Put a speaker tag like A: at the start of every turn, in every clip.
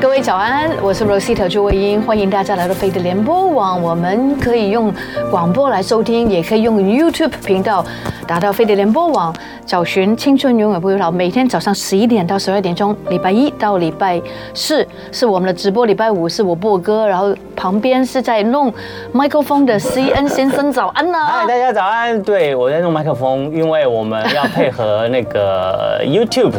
A: 各位早安，我是 Rosita 朱慧英，欢迎大家来到飞碟联播网。我们可以用广播来收听，也可以用 YouTube 频道打到飞碟联播网，找寻“青春永远不会老”。每天早上十一点到十二点钟，礼拜一到礼拜四是我们的直播，礼拜五是我播歌，然后旁边是在弄麦克风的 CN 先生，早安呐、
B: 嗨，大家早安！对我在弄麦克风，因为我们要配合那个 YouTube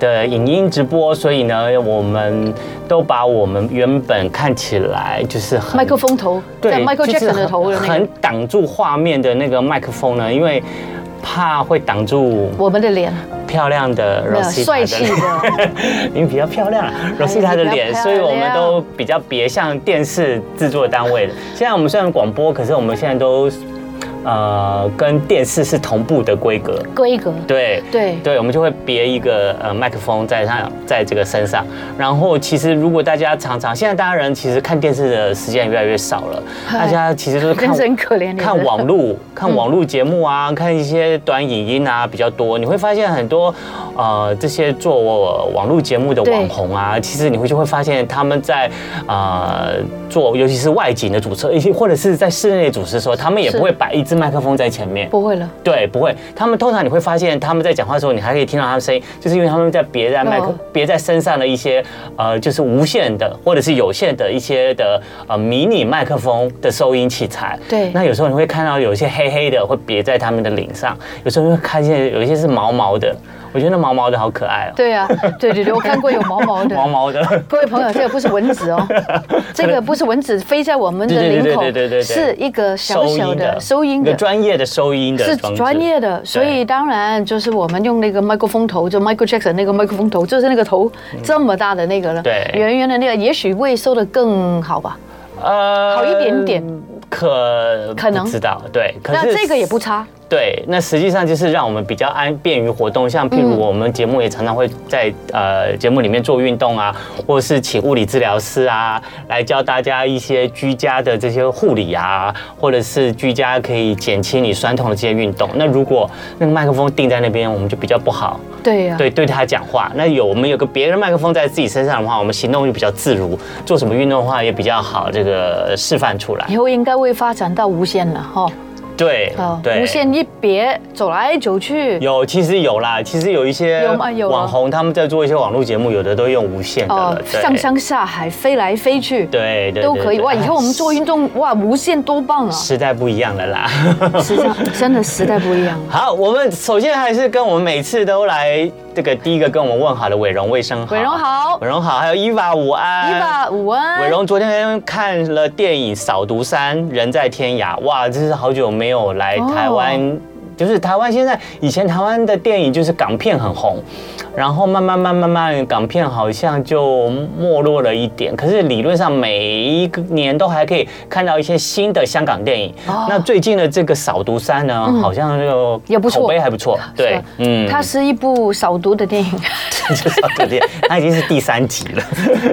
B: 的影音直播，所以呢，我们都把我们原本看起来就是很
A: 麦克风头，
B: 对
A: 在 Michael
B: 就是
A: Jackson 的头的那
B: 很
A: 个
B: 很，挡住画面的那个麦克风呢，因为怕会挡住
A: 我们的脸，
B: 漂亮的
A: 没有
B: Rosita
A: 帅气
B: 脸
A: 的。
B: 你比较漂亮啊，Rosita 的脸，所以我们都比较别像电视制作单位的。现在我们虽然广播，可是我们现在都呃跟电视是同步的规格，
A: 规格，
B: 对。
A: 对
B: 对，我们就会别一个呃麦克风在它在这个身上，然后其实如果大家常常现在大家人其实看电视的时间越来越少了，大家其实都是看
A: 真是很可怜的
B: 看 网络看网络节目啊，看一些短影音啊比较多，你会发现很多呃这些做呃网络节目的
A: 对
B: 网红啊，其实你会就会发现他们在呃做尤其是外景的主持，以及或者是在室内主持的时候，他们也
A: 是
B: 不会摆一支麦克风在前面。
A: 不会了。
B: 对，不会。他们通常你会发现，他们在讲话的时候，你还可以听到他们声音，就是因为他们在别在麦克
A: 哦、
B: 别在身上的一些呃，就是无线的或者是有线的一些的呃迷你麦克风的收音器材。
A: 对
B: 那有时候你会看到有一些黑黑的会别在他们的领上，有时候你会看见有一些是毛毛的，我觉得那毛毛的好可爱哦、
A: 对啊，对对对，我看过有毛毛的。
B: 毛毛的。
A: 各位朋友，这个不是蚊子 哦，这个不是蚊子飞在我们的
B: 对对对
A: 领口
B: 对对对对，对
A: 是一个 小小的收音
B: 一
A: 的
B: 个，专业的收音的
A: 是
B: 装置
A: 专业的。所以当然就是我们用那个麦克风头，就 Michael Jackson 那个麦克风头，就是那个头这么大的那个了，
B: 嗯对
A: 圆圆的那个，也许会收的更好吧，
B: 呃
A: 好一点点，
B: 可
A: 可能
B: 不知道对，可
A: 那
B: 是
A: 这个也不差。
B: 对，那实际上就是让我们比较安便于活动，像譬如我们节目也常常会在呃节目里面做运动啊，或是请物理治疗师啊来教大家一些居家的这些护理啊，或者是居家可以减轻你酸痛的这些运动。那如果那个麦克风定在那边，我们就比较不好
A: 对呀，
B: 对对他讲话。那有我们有个别人麦克风在自己身上的话，我们行动就比较自如，做什么运动的话也比较好这个示范出来
A: 以。后应该会发展到无线了哈，
B: 对
A: 哦，
B: 对，
A: 无线一别，走来走去，
B: 有，其实有啦，其实有一些
A: 有吗有啊
B: 网红他们在做一些网络节目，有的都用无线的
A: 哦
B: 了，，对
A: 上山下海，飞来飞去，
B: 对对
A: 都可以。哇，以后我们做
B: 一
A: 运动，哇，无限多棒啊！
B: 时代不一样了啦。
A: 时尚真的时代不一样啊了。
B: 好，我们首先还是跟我们每次都来这个第一个跟我们问好的伟荣卫生 好，
A: 伟荣好
B: 伟荣好，还有伊娃午安，
A: 伊爸，午安。
B: 伟荣昨天看了电影《扫毒三》，人在天涯，哇，真是好久没有来台湾。就是台湾现在，以前台湾的电影就是港片很红，然后慢慢慢慢慢，港片好像就没落了一点。可是理论上每一个年都还可以看到一些新的香港电影。
A: 哦
B: 那最近的这个《扫毒三》呢，好像就
A: 也不错
B: 口碑还不错。
A: 是
B: 对嗯
A: 吧，它是一部扫毒的电影。
B: 就是扫毒片，它已经是第三集了。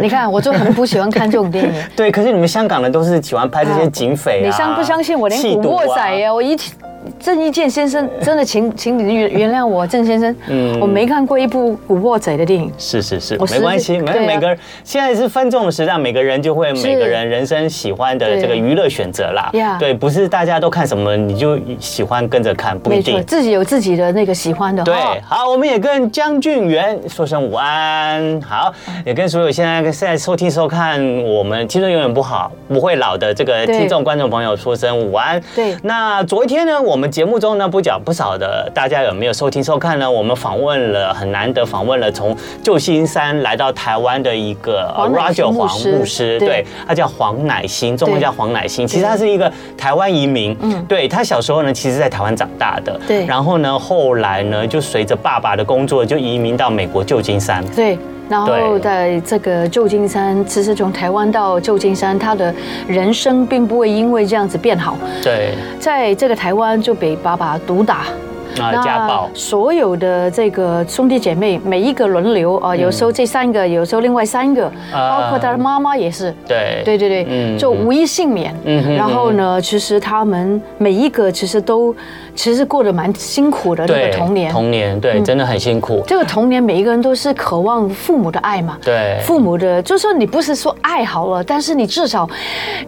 A: 你看，我就很不喜欢看这种电影。
B: 对，啊可是你们香港人都是喜欢拍这些警匪、啊
A: 你相不相信我连
B: 缉
A: 古
B: 毒啊
A: 惑仔呀、我一起。郑伊健先 生，真的请请你原原谅我，郑先生，
B: 嗯
A: 我没看过一部《古惑仔》的电影，
B: 是是是
A: 我，
B: 没关系，
A: 是
B: 每
A: 对啊
B: 每个人现在是分众的时代，每个人就会每个人人生喜欢的这个
A: 对
B: 娱乐选择啦
A: Yeah。
B: 对，不是大家都看什么你就喜欢跟着看，不一
A: 没错，
B: 定。
A: 自己有自己的那个喜欢的。
B: 对
A: 哈，
B: 好，我们也跟江俊元说声午安。好，也跟所有现在现在收听收看我们《青春永远不好不会老》的这个
A: 对
B: 听众观众朋友说声午安。
A: 对
B: 那昨天呢，我们节目中呢不讲不少的，大家有没有收听收看呢？我们访问了很难得访问了从旧金山来到台湾的一个呃
A: 黄乃馨
B: Roger
A: 牧
B: 黄
A: 师
B: 牧师，
A: 对
B: 对，他叫黄乃馨，中文
A: 对
B: 叫黄乃馨，其实他是一个台湾移民，
A: 嗯
B: 嗯，对他小时候呢，其实在台湾长大的，
A: 对
B: 然后呢，后来呢，就随着爸爸的工作，就移民到美国旧金山。
A: 对，然后
B: 对
A: 在这个旧金山，其实从台湾到旧金山，他的人生并不会因为这样子变好。
B: 对，
A: 在这个台湾就被爸爸毒打，
B: 啊
A: 那
B: 家暴
A: 所有的这个兄弟姐妹，每一个轮流啊，有时候这三个，有时候另外三个，
B: 嗯啊
A: 包括他的妈妈也是。
B: 对
A: 对对对，
B: 嗯
A: 就无一幸免。
B: 嗯哼
A: 然后呢，其实他们每一个其实都其实过得蛮辛苦的那
B: 对
A: 个童年。嗯
B: 童年对，真的很辛苦，
A: 这个童年，每一个人都是渴望父母的爱嘛。
B: 对
A: 父母的，就算你不是说爱好了，但是你至少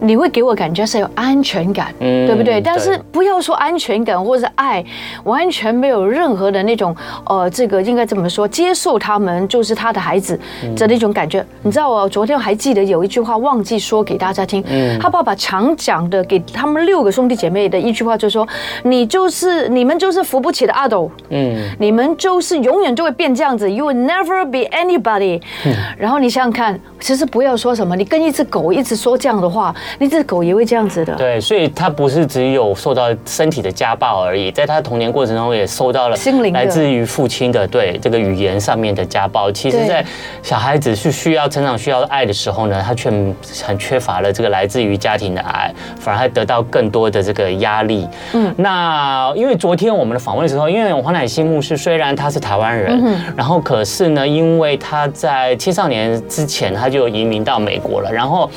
A: 你会给我感觉是有安全感，
B: 嗯
A: 对不对？
B: 对
A: 但是不要说安全感或者爱，完全没有任何的那种呃，这个应该怎么说？接受他们就是他的孩子的那种感觉。你知道我昨天还记得有一句话忘记说给大家听，
B: 嗯
A: 他爸爸常讲的给他们六个兄弟姐妹的一句话就是说：“你就是你们就是扶不起的阿斗。”
B: 嗯，
A: 你们就是永远都会变这样子，You will never be anybody。然后
B: 嗯
A: 你想想看，其实不要说什么，你跟一只狗一直说这样的话，那只狗也会这样子的。
B: 对，所以他不是只有受到身体的家暴而已，在他童年过程中也受到了
A: 心灵的
B: 来自于父亲的对这个语言上面的家暴。其实，
A: 对
B: 在小孩子是需要成长、需要爱的时候呢，他却很缺乏了这个来自于家庭的爱，反而还得到更多的这个压力。嗯，那因为昨天我们的访问的时候，因为黄乃馨牧师虽然他是台湾人，然后可是呢，因为他在青少年之前他就移民到美国了，然后。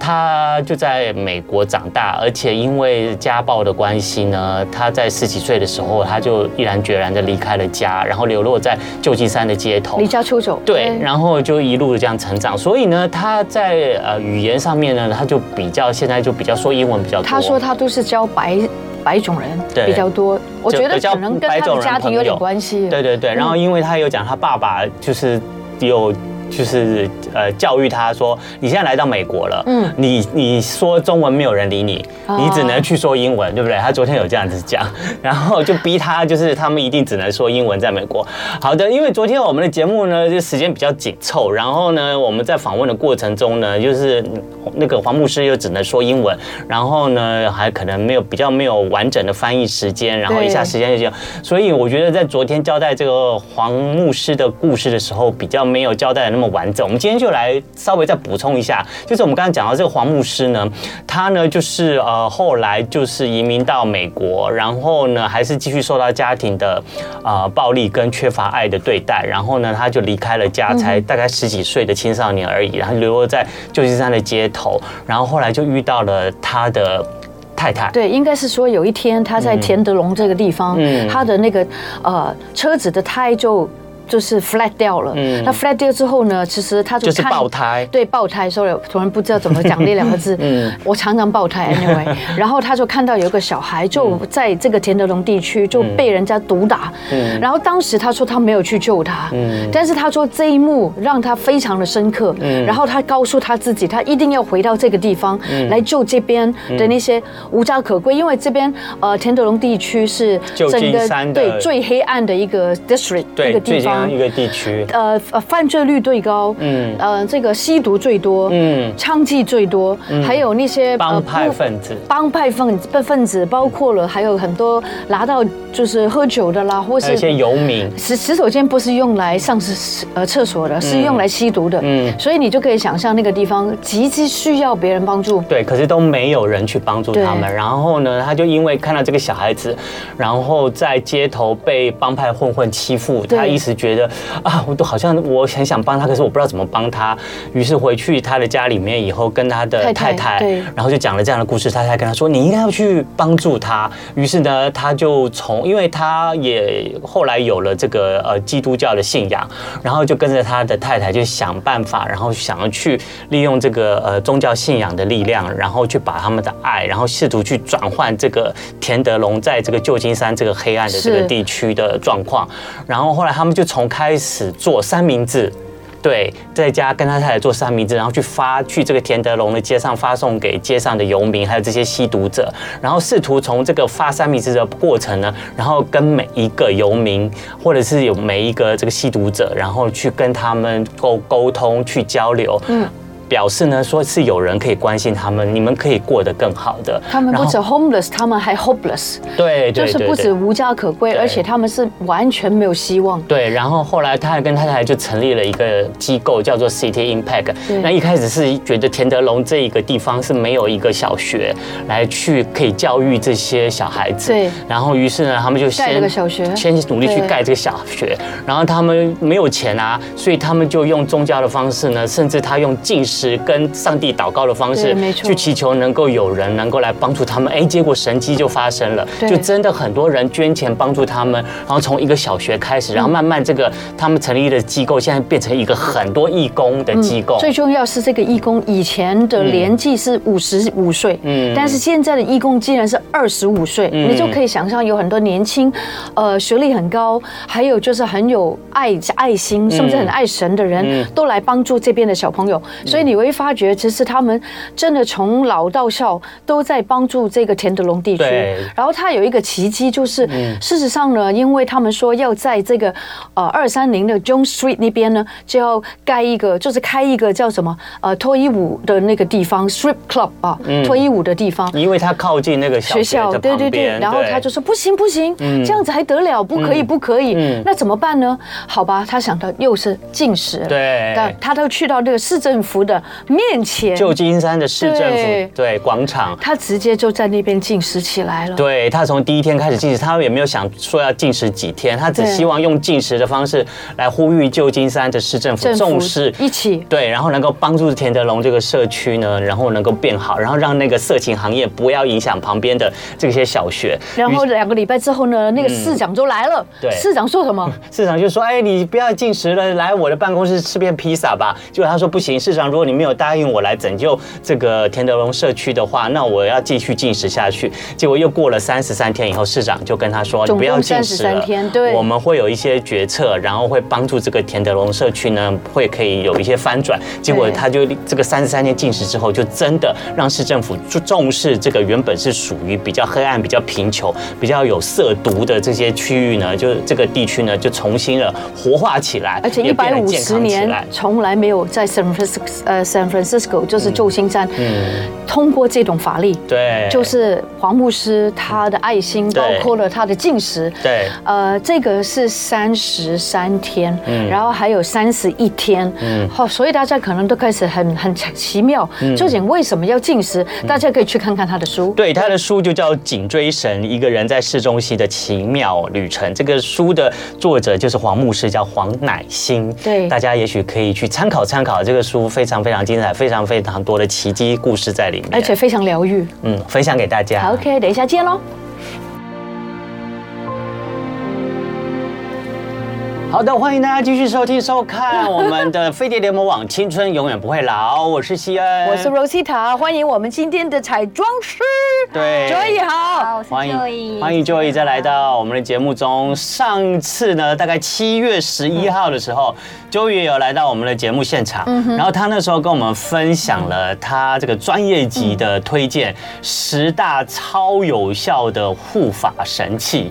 B: 他就在美国长大，而且因为家暴的关系呢，他在十几岁的时候，他就毅然决然的离开了家，然后流落在旧金山的街头
A: 离。家出走。
B: 对，然后就一路这样成长，所以呢，他在呃语言上面呢，他就比较现在就比较说英文比较多。
A: 他说他都是教白白种人
B: 对
A: 比较多，我觉得
B: 比较
A: 可能跟他
B: 白种
A: 的
B: 人
A: 家庭
B: 朋
A: 有点
B: 友
A: 关系。
B: 对对对，然后因为他有讲他爸爸就是有。就是呃，教育他说，你现在来到美国了，
A: 嗯
B: 嗯，你你说中文没有人理你，
A: 哦
B: 你只能去说英文，对不对？他昨天有这样子讲， 然后就逼他，就是他们一定只能说英文在美国。好的，因为昨天我们的节目呢，就时间比较紧凑，然后呢，我们在访问的过程中呢，就是那个黄牧师又只能说英文，然后呢，还可能没有比较没有完整的翻译时间，然后一下
A: 对
B: 时间就这样。所以我觉得在昨天交代这个黄牧师的故事的时候，比较没有交代的那么完整。我们今天就来稍微再补充一下，就是我们刚刚讲到这个黄牧师呢，他呢就是呃后来就是移民到美国，然后呢还是继续受到家庭的呃暴力跟缺乏爱的对待，然后呢他就离开了家，
A: 嗯
B: 才大概十几岁的青少年而已，然后流落在旧金山的街头，然后后来就遇到了他的太太。
A: 对，应该是说有一天他在田德龙这个地方，
B: 嗯
A: 他的那个呃车子的胎就就是 flat 掉了。
B: 嗯
A: 那 flat 掉之后呢，其实他就
B: 就是
A: 看
B: 爆胎
A: 对爆胎，sorry，我突然不知道怎么讲那两个字。
B: 嗯
A: 我常常爆胎，anyway。然 后他就看到有一个小孩就在这个田德龙地区就被人家毒打，
B: 嗯
A: 然后当时他说他没有去救他，但是他说这一幕让他非常的深刻，
B: 嗯
A: 然后他告诉他自己，他一定要回到这个地方
B: 嗯
A: 来救这边的那些无家可归，因为这边呃田德龙地区是
B: 旧金山的
A: 对最黑暗的一个 district 一个地
B: 对，最近
A: 方
B: 一。个地区，
A: 呃，呃犯罪率最高，嗯
B: 嗯，
A: 呃，这个吸毒最多，嗯
B: 嗯，
A: 娼妓最多，还有那些呃
B: 帮派
A: 不
B: 分子。
A: 帮派分子分子，包括了还有很多拿到就是喝酒的啦，或
B: 还有
A: 是
B: 一些游民，
A: 洗洗手间不是用来上厕呃厕所的，是用来吸毒的。嗯
B: 嗯，
A: 所以你就可以想象那个地方极其需要别人帮助。
B: 对，可是都没有人去帮助他们。
A: 对
B: 然后呢，他就因为看到这个小孩子，然后在街头被帮派混混欺负，
A: 对
B: 他一时觉得啊，我都好像我很想帮他，可是我不知道怎么帮他。于是回去他的家里面以后，跟他的
A: 太太
B: 太太，
A: 对
B: 然后就讲了这样的故事。太太跟他说，你应该要去帮助他。于是呢，他就从，因为他也后来有了这个呃基督教的信仰，然后就跟着他的太太就想办法，然后想要去利用这个呃宗教信仰的力量，然后去把他们的爱，然后试图去转换这个田德龙在这个旧金山这个黑暗的这个
A: 是
B: 地区的状况。然后后来他们就从开始做三明治。对，在家跟他太太做三明治，然后去发去这个田德隆的街上发送给街上的游民，还有这些吸毒者，然后试图从这个发三明治的过程呢，然后跟每一个游民或者是有每一个这个吸毒者，然后去跟他们沟沟通去交流，嗯。表示呢说是有人可以关心他们，你们可以过得更好的。
A: 他们
B: 然
A: 不
B: 后
A: 止 homeless，他们还 hopeless，
B: 对，对
A: 就是
B: 对
A: 不
B: 对
A: 止无家可归，而且他们是完全没有希望。
B: 对，然后后来他跟太太就成立了一个机构，叫做 City Impact
A: 对。
B: 那一开始是觉得田德隆这一个地方是没有一个小学来去可以教育这些小孩子，
A: 对
B: 然后于是呢，他们就
A: 盖了
B: 先
A: 个小学
B: 先努力去
A: 对
B: 盖这个小学，然后他们没有钱啊，所以他们就用宗教的方式呢，甚至他用进食跟上帝祷告的方
A: 对
B: 式
A: 没错
B: 去祈求能够有人能够来帮助他们，哎，结果神迹就发生了，
A: 对
B: 就真的很多人捐钱帮助他们，然后从一个小学开始，
A: 嗯
B: 然后慢慢这个他们成立的机构现在变成一个很多义工的机构，
A: 最重要是这个义工以前的年纪是五十五岁，嗯，但是现在的义工竟然是二十五岁，你就可以想象有很多年轻，呃，学历很高，还有就是很有爱爱心，甚至很爱神的人，都来帮助这边的小朋友，所以你会发觉，其实他们真的从老到少都在帮助这个田德隆地区
B: 对。
A: 然后它有一个奇迹，就是、
B: 嗯
A: 事实上呢，因为他们说要在这个呃二三零的 John Street 那边呢，就要盖一个，就是开一个叫什么呃脱衣舞的那个地方 strip club 啊，脱衣舞的地方。
B: 因为它靠近那个嗯小
A: 学
B: 学
A: 校
B: 的
A: 对
B: 旁
A: 对
B: 边，嗯
A: 对，然后他就说不行不行，这样子还得了？不可以不可以，那怎么办呢？好吧，他想到又是进食，
B: 对
A: 但他都去到那个市政府的面前，
B: 旧金山的市政
A: 对
B: 府对广场。
A: 他直接就在那边进食起来了。
B: 对他从第一天开始禁食，他也没有想说要禁食几天，他只
A: 对
B: 希望用禁食的方式来呼吁旧金山的市政府
A: 政府
B: 重视。
A: 一起
B: 对，然后能够帮助田德龙这个社区呢，然后能够变好，然后让那个色情行业不要影响旁边的这些小学。
A: 然后
B: 于
A: 两个礼拜之后呢，那个市长就来了。
B: 嗯对
A: 市长说什 么？
B: 市长就说：“哎，你不要禁食了，来我的办公室吃片披萨吧。”结果他说：“不行，市长，如果你没有答应我来拯救这个田德龙社区的话，那我要继续禁食下去。”结果又过了三十三天以后，市长就跟他说：“你
A: 总
B: 不要
A: 共
B: 禁食
A: 33
B: 了，
A: 天对
B: 我们会有一些决策，然后会帮助这个田德龙社区呢，会可以有一些翻转。”结果
A: 对
B: 他就这个三十三天禁食之后，就真的让市政府重重视这个原本是属于比较黑暗、比较贫穷、比较有色毒的这些区域呢，就这个地区呢，就重新了活化起来，
A: 而且一
B: 也变
A: 百
B: 得
A: 五
B: 健
A: 十
B: 康起
A: 年
B: 来。
A: 从来没有在 San Francisco 呃 San Francisco 就是旧金山、通过这种法律，
B: 嗯对，
A: 就是黄牧师他的爱心，包
B: 对
A: 括了他的进食。
B: 对
A: 呃，这个是三十三天，
B: 嗯
A: 然后还有三十一天，好、所以大家可能都开始很很奇妙，究竟为什么要进食？大家可以去看看他的书。
B: 嗯对，他的书就叫《颈椎神：一个人在市中心的奇妙旅程》。这个书的作者就是黄牧师，叫黄乃馨。
A: 对
B: 大家也许可以去参考参考这个书，非常非常精彩，非常非常多的奇迹故事在里面，
A: 而且非常疗愈。
B: 嗯，分享给大家。
A: 好 OK，等一下见喽。
B: 好的，欢迎大家继续收听收看我们的飞碟联盟网，青春永远不会老。我是西恩，
A: 我是 Rosita，欢迎我们今天的彩妆师
B: 对
A: Joy 好。
C: 好，我是啊
B: 欢
C: Joy，
B: 迎欢迎 Joy 再来到我们的节目中。上次呢，大概七月十一号的时候、j o y 也有来到我们的节目现场，然后他那时候跟我们分享了他这个专业级的推荐十大超有效的护发神器。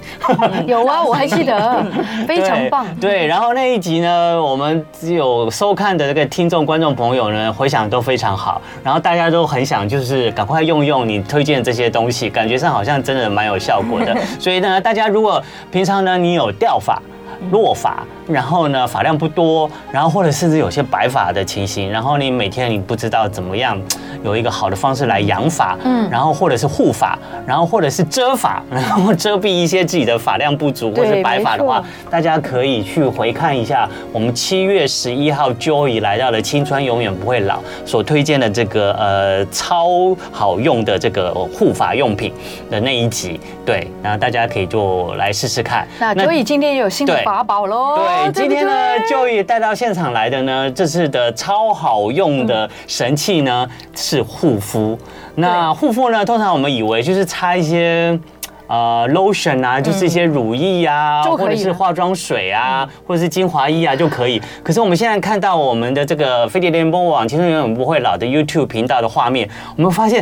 A: 有啊，我还记 得，非常棒。
B: 对。对，然后那一集呢，我们只有收看的这个听众、观众朋友呢，回想都非常好，然后大家都很想就是赶快用用你推荐这些东西，感觉上好像真的蛮有效果的。 所以呢，大家如果平常呢你有掉发。
A: 嗯
B: 落发，然后呢发量不多，然后或者甚至有些白发的情形，然后你每天你不知道怎么样有一个好的方式来养发，嗯，然后或者是护发，然后或者是遮发，然后遮蔽一些自己的发量不足或
A: 对
B: 是白发的
A: 没
B: 话
A: 错，
B: 大家可以去回看一下我们七月十一号 Joy 来到了《青春永远不会老》所推荐的这个呃超好用的这个护发用品的那一集，对，然后大家可以就来试试看。
A: 那 Joy 今天有新的
B: 对
A: 法宝喽，
B: 对，今
A: 哦不
B: 天呢，Joy 带到现场来的呢，这次的超好用
A: 嗯
B: 的神器呢是护肤。那护肤呢，通常我们以为就是擦一些。呃，lotion 啊，就是一些乳液啊，
A: 嗯就可以
B: 或者是
A: 了嗯
B: 化妆水啊，或者是精华液啊就可以。可是我们现在看到我们的这个飞碟联播网《青春永远不会老》的 YouTube 频道的画面，我们发现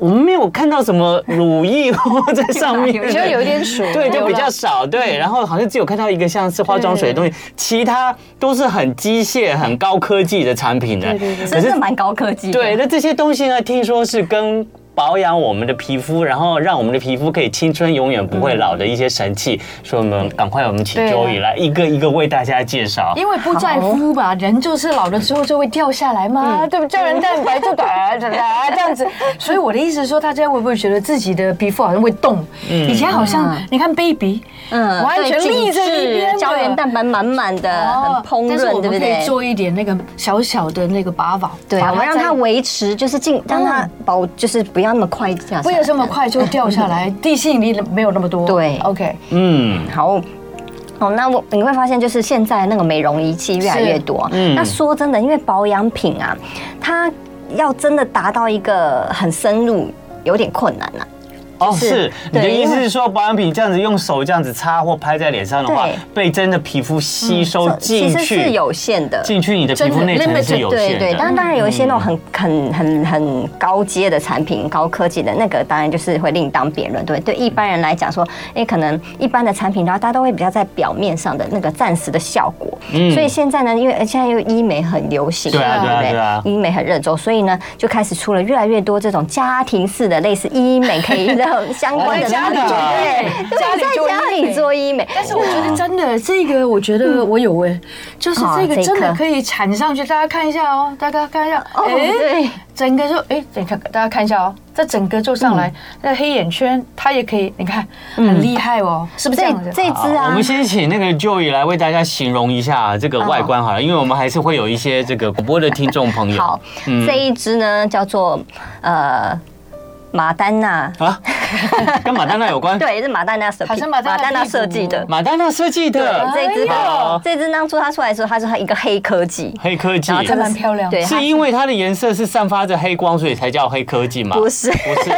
B: 我们没有看到什么乳液 在上 面，
A: 有就有点水，
B: 对，就
A: 有
B: 比较
A: 了
B: 少，
C: 嗯
B: 对。然后好像只有看到一个像是化妆水的东西，其他都是很机械、很高科技的产品呢
A: 对。对对
B: 可
C: 真
B: 是
C: 的蛮高科技的。
B: 对，那这些东西呢，听说是跟保养我们的皮肤，然后让我们的皮肤可以青春永远不
C: 嗯
B: 会老的一些神器，所以我们赶快，我们请
A: 对啊
B: 周宇来一个一个为大家介绍。
A: 因为不在乎吧，人就是老了之后就会掉下来
B: 嗯
A: 嘛，对不对？胶原蛋白 就打打打这样子，所以我的意思是说，大家会不会觉得自己的皮肤好像会动？
B: 嗯
A: 以前好像你看 baby，
C: 嗯
A: 完全立在那边的
C: 胶原蛋白满满的，
A: 哦
C: 很
A: 但
C: 烹
A: 是我们
C: 饪，对不
A: 可以
C: 对？
A: 做一点那个小小的那个把法，
C: 对，啊
A: 把
C: 我们让
A: 再
C: 它维持，就是尽让它保，就是不要那么快下。
A: 不要这么快就掉下来， 地吸引力没有那么多。
C: 对
A: ，OK，
B: 嗯，
C: 好。哦，那我你会发现，就是现在那个美容仪器越来越多。
B: 嗯
C: 那说真的，因为保养品啊，它要真的达到一个很深入，有点困难啊。
B: 哦，
C: 是
B: 是，你的
C: 对
B: 意
C: 因
B: 思
C: 为
B: 是说，保养品这样子用手这样子擦或拍在脸上的话
C: 对，嗯
B: 被真的皮肤吸收
C: 其
B: 进
C: 实是
B: 去，
C: 有限的。
B: 进去你的皮肤
A: 真的
B: 内层是
A: limited，
B: 有
C: 对
B: 限
C: 对，
B: 的。嗯
C: 但当然有一些那种很很很很高阶的产品、高科技的那个，当然就是会另当别论。对，对一般人来讲说，因为可能一般的产品，然后大家都会比较在表面上的那个暂时的效果。所以现在呢，因为呃现在又医美很流
B: 嗯
C: 行，
B: 对啊
C: 不
B: 对啊对啊
C: 医美很热衷，所以呢，就开始出了越来越多这种家庭式的类似医美 可以让相关
B: 哦
A: 我在
C: 的那
A: 家
C: 种
A: 里
C: 对
A: 做医美
C: 对，
A: 家里
C: 在
A: 做
C: 家
A: 医美
C: 里做医美。
A: 但是我觉得真的这个，我觉得我有哎，就是
C: 哦
A: 这个
C: 这一
A: 真的
C: 颗
A: 可以缠上去，大家看一下哦，大家看一下，
C: 哦，
A: 诶
C: 对，
A: 整个就哎，你看大家看一下哦，这整个就上
C: 嗯
A: 来，那黑眼圈它也可以，你看很厉害哦，是不是这样
C: 这
A: 子？
C: 这
B: 好
C: 支啊，
B: 我们先请那个 Joy 来为大家形容一下这个外观好了，因为我们还是会有一些这个广播的听众朋友。
C: 哦好，
B: 嗯
C: 这一支呢叫做呃马丹娜，
B: 啊，跟马丹娜有关？
C: 对，是马丹娜设计，
A: 好像马丹娜屁股
C: 设计的。
B: 马丹娜设计的
C: 这一支
B: 好
C: 这一支当初它出来的时候，它是一个黑科技，
B: 黑科技
C: 然，后
A: 这啊蛮漂亮
C: 对，
B: 是
C: 它
B: 因为它的颜色是散发着黑光，所以才叫黑科技吗？
C: 不是。
B: 不 是，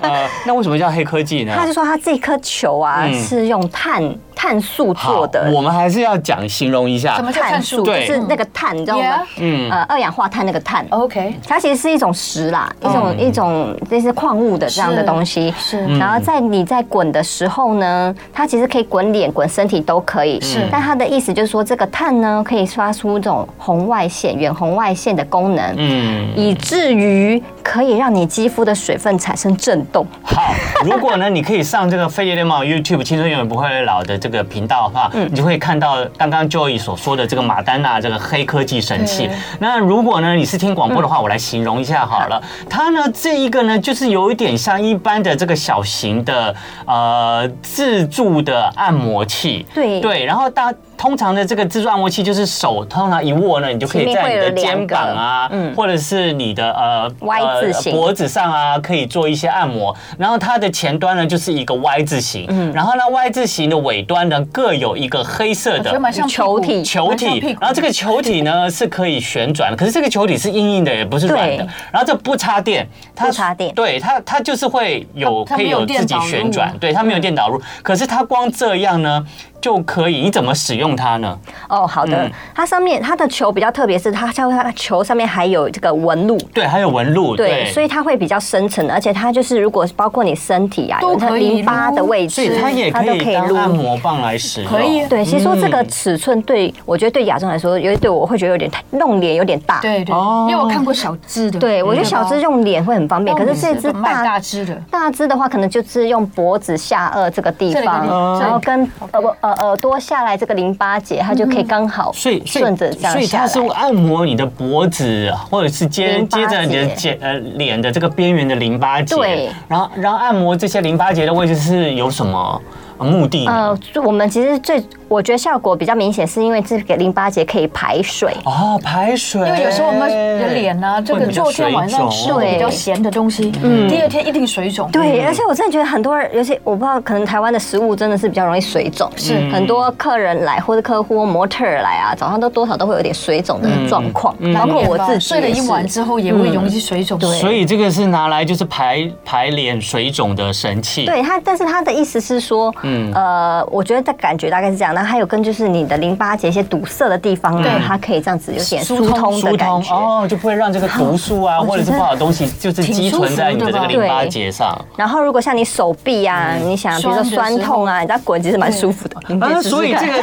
B: 呃，那为什么叫黑科技呢？
C: 他就说他这颗球啊
B: 嗯
C: 是用碳碳素做的，
B: 我们还是要讲形容一下
A: 怎。么叫碳素？
C: 就
B: 对
C: 是那个碳，你知道吗？
B: 嗯
C: 呃，二氧化碳那个碳，
A: ，OK，
C: 它其实是一种石啦，一种、
B: 嗯
C: 一种类似矿物的这样的
A: 是
C: 东西。
A: 是
C: 然后在你在滚的时候呢，它其实可以滚脸、滚身体都可以。
A: 是
C: 但它的意思就是说，这个碳呢可以发出这种红外线、远红外线的功能，
B: 嗯，
C: 以至于可以让你肌肤的水分产生震动。
B: 好。如果呢，你可以上这个飞碟联盟 YouTube“ 青春永远不会老”的这个频道的话，
C: 嗯
B: 你就会看到刚刚 Joy 所说的这个马丹娜这个黑科技神器
A: 对。
B: 那如果呢，你是听广播的
C: 嗯
B: 话，我来形容一下好了。它呢，这一个呢，就是有一点像一般的这个小型的呃自助的按摩器。
C: 对
B: 对，然后大通常的这个自助按摩器就是手通常一握呢，你就可
C: 前
B: 以
C: 面
B: 在
C: 会
B: 你
C: 有
B: 的
C: 两
B: 肩
C: 个
B: 膀啊，
C: 嗯
B: 或者是你的呃
C: Y
B: 呃
C: 字形
B: 脖子上啊，可以做一些按摩。然后它的前端呢就是一个 Y 字形，
A: 嗯
B: 然后呢 Y 字形的尾端呢各有一个黑色
A: 我觉得蛮
B: 嗯的。
A: 像屁股
C: 球体
B: 球
A: 蛮像
B: 体
A: 屁股，
B: 然后这个球体呢是可以旋转的，可是这个球体是硬硬的，也不是软的
C: 对。
B: 然后这不插电，它
C: 不插电
B: 对它它就是会有
A: 它它
B: 可
A: 没
B: 以
A: 有
B: 有自
A: 电
B: 己
A: 导入
B: 旋转
A: 啊，
B: 对它没有电导入，可是它光这样呢就可以，你怎么使用它呢？
C: 哦，好的。
B: 嗯
C: 它上面它的球比较特别，是它它它球上面还有这个纹路，
B: 对，还有纹路，
C: 对，所以它会比较深层，而且它就是如果包括你身体啊，
A: 都
C: 有它
A: 可以
C: 淋巴的
A: 撸
C: 位
B: 所以
C: 置，
B: 它也可
C: 都
B: 以当
C: 撸
B: 按摩嗯棒来使用。
A: 可以啊
C: 对，其实说这个尺寸对我觉得对亚洲人来说，因为对我会觉得有点太弄脸有点大。
A: 对对，
B: 哦
A: 因为我看过小只的，
C: 对，我觉得小只用脸会很方便，可是这只
A: 卖
C: 大
A: 大只的，
C: 大只的话，可能就是用脖子下颚这个地
A: 这里
C: 方
A: 这里，
C: 然后跟呃不呃耳朵下来这个淋巴结，它就可以刚好
B: 所以，所以
C: 顺着这样
B: 嗯所以
C: 下
B: 它是
C: 来。
B: 按摩你的脖子，或者是接
C: 淋巴
B: 接
C: 结
B: 着你的肩呃脸的这个边缘的淋巴结，
C: 对
B: 然后然后按摩这些淋巴结的位置是有什么呃目的呢？
C: 呃，就我们其实最我觉得效果比较明显，是因为这个淋巴结可以排水。
B: 哦，排水，
A: 因为有时候我们的脸呢、这个昨天晚上吃了
C: 对
A: 比较咸的东西，第二天一定水肿。
C: 嗯对，而且我真的觉得很多人，尤其我不知道，可能台湾的食物真的是比较容易水肿，
A: 是
C: 很多客人来或者客户或模特儿来啊，早上都多少都会有点水肿的状况，包括我自己
A: 嗯睡了一晚
C: 之
A: 之后也会容易水肿。
C: 对
B: 所以这个是拿来就是排排脸水肿的神器。
C: 对他，但是他的意思是说，嗯，呃，我觉得在感觉大概是这样。那还有跟就是你的淋巴结一些堵塞的地方
A: 对
C: 呢，它可以这样子有点疏
B: 通
C: 通的感觉。
B: 哦，就不会让这个毒素啊，
C: 我觉得
B: 或者是不好的东西，就是积存在你的这个淋巴结上。
C: 然后，如果像你手臂啊，
A: 嗯
C: 你想比如说酸痛啊，你知道滚其实蛮舒服的。你可以
B: 啊，
C: 试试
B: 所以这
C: 看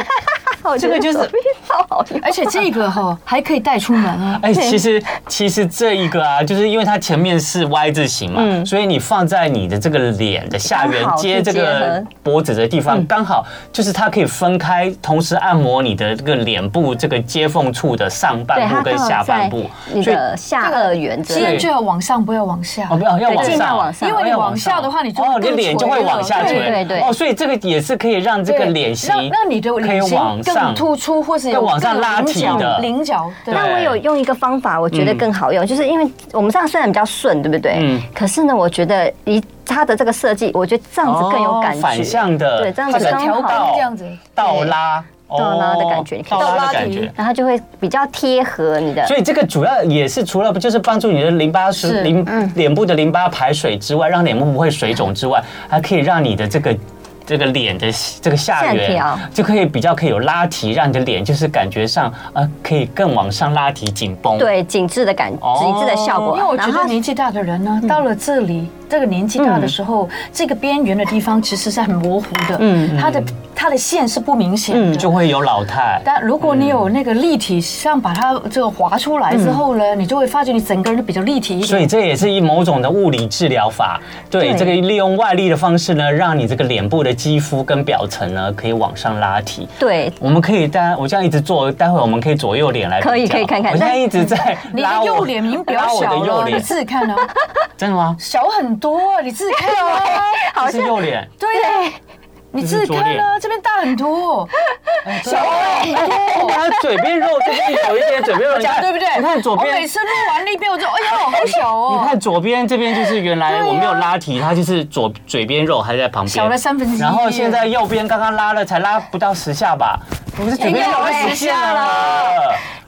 B: 个，
C: 我觉得
B: 这个就是
C: 手臂超好用。
A: 而且这个哈、还可以带出门啊。
B: 哎，其实其实这一个啊，就是因为它前面是 Y 字形嘛，所以你放在你的这个脸的下缘
C: 嗯刚好
B: 接
C: 去
B: 这
C: 结
B: 个
C: 合嗯
B: 脖子的地方，刚好就是它可以分开，同时按摩你的这个脸部这个接缝处的上
C: 对，
B: 半
C: 它
B: 部跟
C: 刚好
B: 下半
C: 在
B: 部，
C: 你
B: 所以
C: 的下颚缘这
A: 既
C: 里。
A: 然最好往上，不要往下。
B: 哦，不要要
C: 对
B: 往
C: 尽量往
B: 上。
C: 上
A: 因为你往下的话，你就
B: 哦，你
A: 更
B: 的脸就
A: 垂
B: 会
A: 了
B: 往下垂，
A: 对
C: 对对
B: 哦，所以这个也是可以让这个
A: 对
B: 脸型
A: 让让你的
B: 可以
A: 脸型
B: 往
A: 更
B: 上
A: 突出，或是有
B: 更往上拉提
A: 棱角
B: 的
A: 棱角。对
B: 对
C: 那我有用一个方法，我觉得更好用，就是因为我们这样虽然比较顺，对不对？
B: 嗯
C: 可是呢，我觉得一它的这个设计，我觉得这样子更有感觉。
B: 哦反向的，
C: 对这样子
B: 它可能
C: 刚好
B: 倒
A: 这样子
B: 倒拉，
C: 倒拉的感觉
B: 哦
C: 你可以
B: 倒拉
A: 倒拉
B: 的感觉
A: 提。
C: 然后就会比较贴合你的
B: 所。以这个主要也是除了就是帮助你的淋巴水
A: 是
B: 淋
C: 嗯
B: 脸部的淋巴排水之外，让脸部不会水肿之外，还可以让你的这个。这个脸的这个下
C: 线
B: 缘
C: 条
B: 就可以比较可以有拉提，让你的脸就是感觉上呃可以更往上拉提紧绷。，
C: 对紧致的感，
B: 哦
C: 紧致的效果。
A: 因为我觉
C: 然后
A: 得年纪大的人
B: 嗯
A: 呢，到了这里这个年纪大的时候，这个边缘的地方其实是很模糊的，嗯，它的它的线是不明显
B: 嗯，
A: 的，
B: 就会有老态。
A: 但如果你有那个立体像把它这个划出来之后呢，你就会发觉你整个人都比较立体一
B: 所
A: 点。
B: 以这也是一某种的物理治疗法，对
C: 对
B: 这个利用外力的方式呢，让你这个脸部的肌肤跟表层呢可以往上拉提。
C: 对
B: 我们可以待，我这样一直做，待会我们可以左右脸来比较。
C: 可以可以看看
B: 我现在
C: 但
B: 一直在
A: 你
B: 拉
A: 的
B: 我
A: 右脸已经比较
B: 拉我
A: 小
B: 的右
A: 了，你
B: 脸，
A: 自己看 啊，
B: 真的吗？
A: 小很多啊，你自己看 啊，
B: 这是右脸，
A: 对啊，你自己看啊，这边大很多，小很 多。
B: 他嘴边肉这边有一点嘴边肉，你
A: 哦讲
B: 看
A: 对不对？
B: 你看左
A: 我每
B: 边。
A: 次录完那边，我就哎呦，好小
B: 你
A: 哦，
B: 看左边这边就是原来
A: 对啊
B: 我没有拉提，它就是左嘴边肉还在旁边，
A: 小了三分之一
B: 然后现在右边刚刚拉了才拉不到十下吧，我是
A: 哎
B: 嘴边肉快实现了。嗯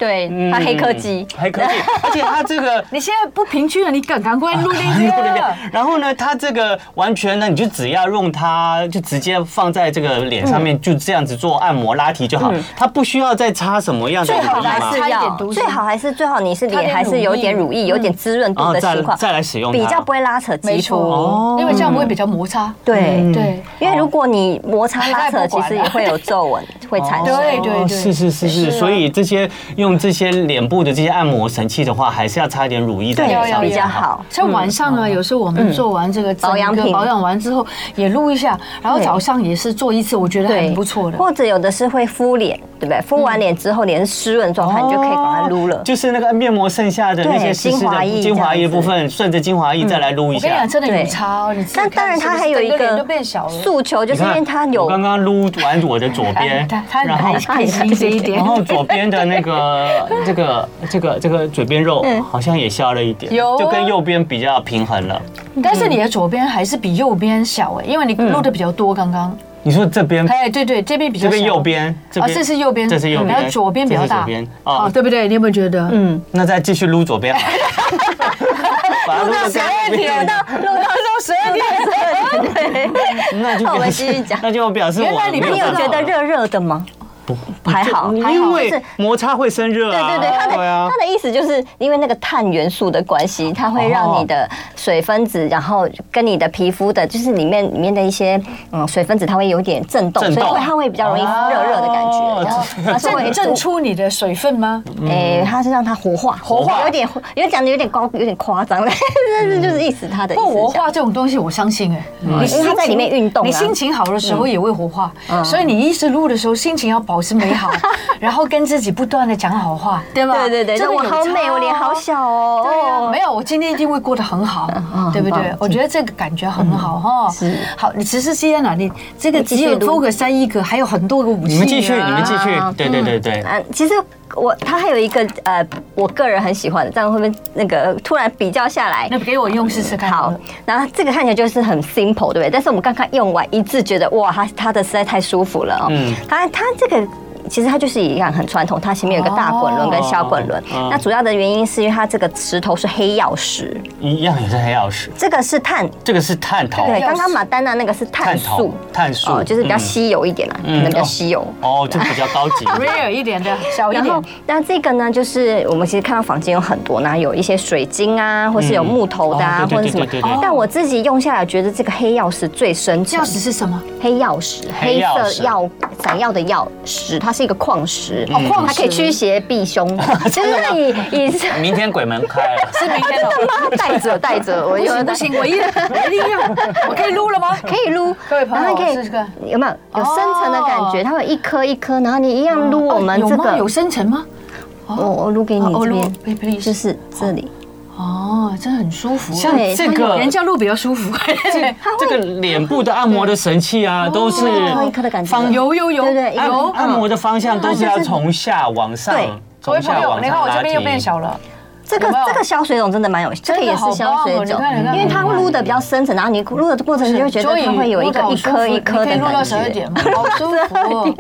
C: 对，它黑科技。
B: 还 可以，而且它这个。
A: 你现在不平均了，你赶赶快录那个。
B: 然后呢，它这个完全呢，你就只要用它，就直接放在这个脸上面，就这样子做按摩拉提就好，它不需要再擦什么样的
C: 嗯最
B: 乳
C: 好
B: 液嘛
C: 还是
A: 差一点
C: 要
A: 毒，素
C: 最好还是最好你是
A: 点
C: 脸还
A: 乳
C: 是
A: 液
C: 有点乳液、有点滋润
B: 然
C: 度
B: 后
C: 的
B: 哦再
C: 情况，
B: 再来使用它，
C: 比较不会拉扯肌
A: 没
C: 肤。
A: 错，因为这样会比较摩擦。
C: 对
B: 嗯
A: 对
C: 因为如果你摩擦拉扯，其实也会有皱 纹会产生。啊
A: 对对
B: 哦
A: 对
B: 是是是是，所以这些用这些脸部的这些按摩神器的话，还是要擦一点乳液在
C: 对
B: 脸上
C: 比
B: 面
C: 较好。
A: 像晚上啊，有时候我们做完这个整
C: 保养
A: 个
C: 品
A: 保养完之后也录一下，然后
C: 对
A: 早上也是做一次，我觉得很不错的。
C: 或者有的是会敷脸，对不对？敷完脸之后脸是湿润的状态，你就可以把它撸了。
B: 哦就是那个面膜剩下的那些
C: 对
B: 湿湿
C: 精华
B: 的
C: 液
B: 精华液
C: 这样子
B: 部分，顺着精华液再来撸一
A: 我跟你
B: 下
A: 讲，。真的有
C: 对
A: 差哦。你自己
C: 但当然，
A: 看
C: 它
A: 是不是
C: 还有一
A: 整脸
C: 个
A: 都变小了。
C: 诉求，就是因为它
B: 我
C: 有
B: 刚刚撸完我的左 边
A: 他，他
B: 然后
A: 还开心这一点
B: 然。后左边的那 个这个这个这个嘴边肉
C: 嗯
B: 好像也消了一点，
A: 有啊
B: 就跟右边比较平衡了。
A: 但是你的左边还是比右边小哎，因为你录的比较多刚刚。
B: 你说这边
A: 哎，对对，这边比较
B: 这
A: 小。
B: 边右边，
A: 啊，
C: 哦
A: 这是右边，
B: 这是右边，
A: 然后左边比较
B: 这是
A: 大
B: 左边，
A: 哦，
B: 哦，
A: 对不对？你有没有觉得？嗯，
B: 那再继续撸左 边好了。把它撸到12
C: 录到录到
A: 嗯十二点。
C: 哎
B: 那就
C: 哦好我
B: 表
C: 们
B: 示
C: 继续讲
B: 那就表示我
A: 原来你
B: 没
C: 那你有
B: 办法
C: 觉得热热的吗？不，还好，还好
B: 因
C: 就是
B: 为摩擦会生热啊，
C: 对对对，它的
B: 啊
C: 它。的意思就是因为那个碳元素的关系，它会让你
B: 哦
C: 的水分子，然后跟你的皮肤的，就是里面里面的一些嗯水分子，它会有点震动，
B: 震动
C: 所以会它会比较容易热热的感
B: 哦
C: 觉，然后啊它是
A: 正哎
C: 会
A: 正出你的水分吗？
C: 哎，它是让它活化，活
B: 化
C: 有点有点讲的有点高，有点夸张， 但是就是意思它的意
A: 不
C: 思
A: 过
C: 是
A: 嗯活
C: 这样。
A: 化这种东西，我相信哎，
B: 嗯
A: 你
C: 因为它在里面运动啊嗯
A: 你心情好的时候也会活化，所以你一直录的时候心情要保持美 好，然后跟自己不断的讲好话，对吧？
C: 对对对，
A: 真
C: 就
A: 的
C: 我
A: 有差
C: 好美，
A: 哦
C: 我脸好。小
A: 对啊，
C: 哦
A: 没。有，我今天一定会过得很好，对不
C: 嗯
A: 对
C: 很棒？嗯
A: 我觉得这个感觉很好哈。
C: 是
A: 好，你其实现在哪里？这个只
C: 继续
A: 有
C: 撸
A: focus 在一个，还有很多个武器啊。
B: 你们继续，你们继续，对对对对。
C: 嗯，其实我它还有一个呃，我个人很喜欢的，这样会不会那个突然比较下来？
A: 那给我用试试看。
C: 好，然后这个看起来就是很 simple，对不对？但是我们刚刚用完一致觉得哇，它它的实在太舒服了哦。
B: 嗯
C: 它它这个。其实它就是一样很传统，它前面有一个大滚轮跟小滚轮。
A: 嗯
B: 哦
C: 那主要的原因是因为它这个石头是黑曜石，
B: 一样也是黑曜石，
C: 这个是碳，
B: 这个是探头，
C: 嗯对，
A: 曜
C: 刚刚马丹娜那个是碳
B: 探头
C: 素，，
B: 探素、
C: 哦，就是比较
B: 嗯
C: 稀有一点啦，可能比较稀有。
B: 哦，就比较高级。
A: rare 一点的，小一
C: 然后
A: 点。，
C: 那这个呢，就是我们其实看到坊间有很多，那有一些水晶啊，或是有木头的啊
B: 哦，对
C: 或者
B: 对
C: 什么
B: 对对对。
C: 但我自己用下来，觉得这个黑曜石最深沉
A: 钥。匙是什么？
C: 黑曜石，
B: 黑
C: 黑
B: 曜
C: 色
B: 石
C: 曜闪耀的曜石，它是一个矿石，
B: 嗯
C: 哦
A: 矿
C: 它可以
A: 石
C: 驱邪 避凶，就是它以以 是
B: 明天鬼门开啊了，
A: 是明天的。
C: 带着带着，我
A: 不
C: 有
A: 行不行，我一定我一定要，我可以录了吗？
C: 可以撸，
A: 各位朋友
C: 然后可以
A: 是这个
C: 有没有有深层的感觉？
A: 哦
C: 它有一颗一颗，然后你一样撸我们
A: 哦
C: 这
A: 有吗？有
C: 个，
A: 深沉吗？
C: 我我撸给
A: 哦
C: 你
A: 哦
C: 这
A: 撸
C: 边，
A: ，please please
C: 就是这里，
A: 哦，真的很舒服。
B: 像
C: 对
B: 这
A: 哎呦
B: 个
A: 人家录比较舒 服。
B: 这个脸部的按摩的神器啊，都是
C: 一颗一颗的感觉。
B: 方
A: 有有有
C: 对对
B: 按
A: 有，
B: 按摩的方向都是要从下往
C: 对
B: 上，
A: 各位
B: 从
A: 朋
B: 下
A: 友，
B: 往
A: 你看
B: 上
A: 我这
B: 拉
A: 边
B: 提
A: 又。变小了。
C: 这个
A: 有没有
C: 这个消水肿真的蛮有，这个也是消水
A: 真的
C: 肿
A: 好棒哦你看你，看
C: 因为它会撸的比较深层，然后你撸的
A: 嗯
C: 过程你就会觉得它会有一个一颗一
A: 你可
C: 颗的
A: 以录到
C: 感
A: 十二
C: 觉。
A: 点 嘛，好舒服。哦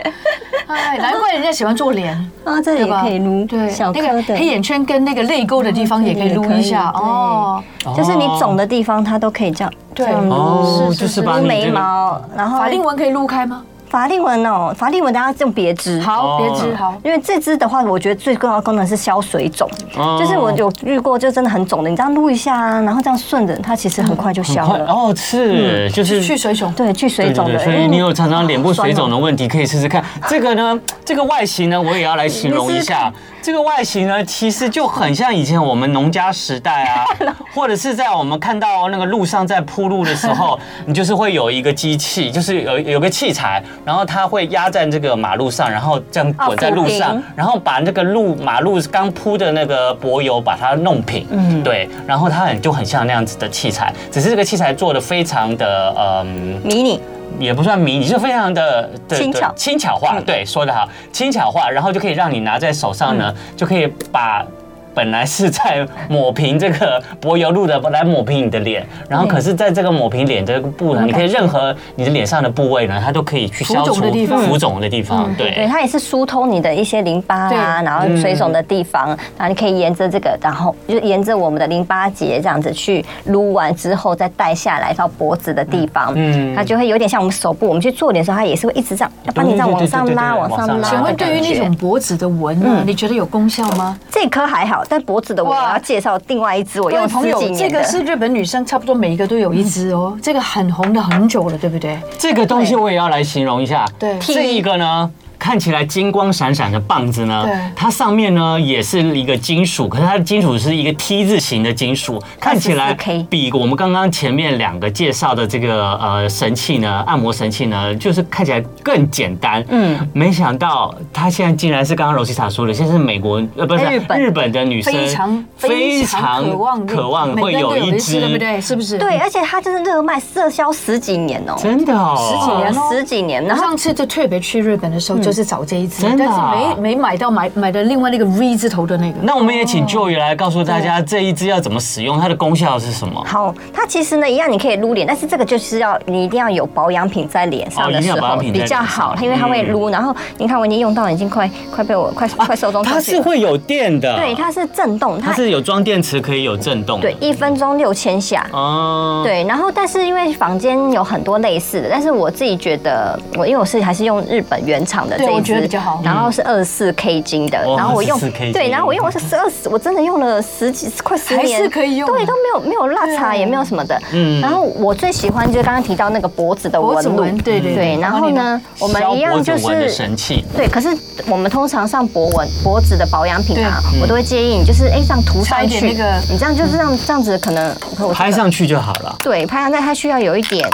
A: 哎，难怪人家喜欢做脸，
C: 啊，这里
A: 对
C: 也
A: 吧？
C: 可以撸，
A: 对，
C: 小颗
A: 那个
C: 的
A: 黑。眼圈跟那个泪沟的地方也可以撸一下
C: 这里也可以
A: 哦。
C: 就是你肿的地方，它都可以这样，
A: 对
C: 这样
B: 哦
C: 撸，
B: 是是就是把
C: 撸
B: 你这
C: 眉
B: 个
C: 毛，然后
A: 法令纹可以撸开吗？
C: 法令纹哦，法令纹大家用别支，
A: 好，
B: 哦
A: 别支好。
C: 因为这支的话，我觉得最重要的功能是消水肿，
B: 哦
C: 就是我有遇过，就真的很肿的，你这样撸一下啊，然后这样顺着，它其实很快就消
B: 快
C: 了。
B: 哦，是就是
A: 去水肿，
C: 对，去水
B: 对
C: 肿
B: 对
C: 嗯的，哎哦
B: 对，所以你有常常脸部水肿
C: 的，
B: 的问题，可以试试看。这个呢，这个外形呢，我也要来形容一下。这个外形呢，其实就很像以前我们农家时代 啊，或者是在我们看到那个路上在铺路的时 候，你就是会有一个机器，就是有有个器材，然后它会压在这个马路上，然后这样滚在路
C: 哦
B: 上
C: 扶，
B: 然后把那个路马路刚铺的那个柏油把它弄平，嗯，对，然后它很就很像那样子的器材，只是这个器材做的非常的嗯。
C: 迷你
B: 也不算迷你，就非常的对
C: 轻
B: 对
C: 巧
B: 轻巧化，
A: 嗯
B: 对，说得好，轻巧化，然后就可以让你拿在手上呢，就可以把。本来是在抹平这个柏油路的，来抹平你的脸，然后
C: 对
B: 可是在这个抹平脸这个部呢，你可以任何你的脸上的部位呢，它都可以去消除
A: 浮肿的地方嗯
B: 浮肿的地方，
C: 对，
B: 对，
C: 它也是疏通你的一些淋巴
A: 对
C: 啊，然后水肿的地方，然后你可以沿着这个，然后就沿着我们的淋巴结这样子去撸完之后，再带下来到脖子的地方，
B: 嗯
C: 嗯，它就会有点像我们手部，我们去做脸的时候，它也是会一直这样，要帮你这样
B: 对对
C: 往
B: 对
C: 上
B: 对对
C: 拉，
B: 对
C: 往
B: 往
C: 上
B: 上拉
C: 拉的感觉。嗯
A: 请问对于那种脖子的纹啊，你觉得有功效吗？
C: 这颗还好，但脖子的我
A: 哇
C: 要介绍另外一支，我
A: 各位
C: 用
A: 朋
C: 十
A: 友
C: 几，
A: 这
C: 年
A: 个
C: 的。
A: 是日本女生差不多每一个都有一支哦，这个很红的很久了，对不对？
B: 这个东西我也要来形容一下。
A: 对
B: 这一个呢，看起来金光闪闪的棒子呢
A: 对，
B: 它上面呢也是一个金属，可是它的金属是一个 T 字形的金属，看起来
C: 24K
B: 比我们刚刚前面两个介绍的这个呃神器呢，按摩神器呢，就是看起来更简单。嗯
C: 嗯，
B: 没想到它现在竟然是刚刚罗西塔说的，现在是美国呃不是
C: 日本
B: 日本的女生
A: 哎非常
B: 非常
A: 渴望
B: 渴望会有一只，
A: 对不对？是不是？
C: 对，。而且它真的热卖热销十几年哦、
B: 真的哦，
A: 十几年哦
C: 十几年，然后
A: 上次就特别去日本的时候，就是找这一只，
B: 真的
A: 但是
B: 啊
A: 没没买到买买的另外那个 V 字头的那个。
B: 那我们也请 Joy 来告诉大家
C: 哦
B: 这一支要怎么使用，它的功效是什么？
C: 好，它其实呢一样，你可以撸脸，但是这个就是要你一定要有保养品在脸上嗯
B: 哦一
C: 的
B: 定要有
C: 时
B: 保养
C: 候
B: 品在
C: 比较
B: 脸上
C: 好，它因为它会撸。然后你看我已经用到已经快快被我快快手中
B: 它
C: 出去
B: 是
C: 了，
B: 会有电的，
C: 对，它是震动，
B: 它
C: 啊它
B: 是有装电池可以有震动的，
C: 对一分钟六千下。
A: 嗯
B: 哦，
C: 对，然后但是因为房间有很多类似的，但是我自己觉得我因为我是还是用日本原厂的这
A: 对
C: 一支，
A: 我觉得比较好嗯
C: 然后是二四 K 金的，
B: 哦
C: 然后我用
B: 24K 金
C: 对，然后我用我是二十，我真的用了十几快十
A: 还
C: 年，
A: 是可以用
C: 对，都没有没有落差，
A: 对
C: 也没有什么的。
B: 嗯
C: 嗯，然后我最喜欢就是刚刚提到那个脖子的
A: 脖
C: 纹
A: 子
C: 路
A: 纹，对对对
C: 对，然后呢，我们一样就
B: 消脖子纹的
C: 是。
B: 神器，
C: 对，可是我们通常上脖纹、脖子的保养品啊，我都会建议你就是哎、这样涂
A: 擦一点
C: 上去，
A: 那个
C: 你这样就是这样这样子可能可我
B: 拍上去就好了。
C: 对，拍阳带它需要有一点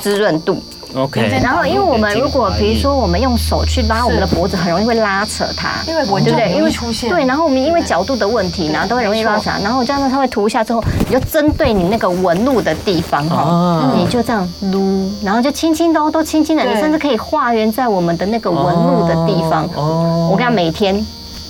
C: 滋润度。
B: OK，
C: 然后，因为我们如果比如说我们用手去拉我们的
A: 是
C: 脖子，很容易会拉扯它，
A: 因为纹
C: 对不
A: 就
C: 对？
A: 很
C: 因
A: 容易
C: 为
A: 出现
C: 对，然后我们因为角度的问题，然后都会容易拉扯它。然后这样子它会涂一下之后，你就针对你那个纹路的地方
B: 哦
C: 哈，你就这样撸，然后就轻轻的哦，都轻轻的，
A: 对
C: 你甚至可以画圆在我们的那个纹路的地方。
B: 哦
C: 我跟你讲，每天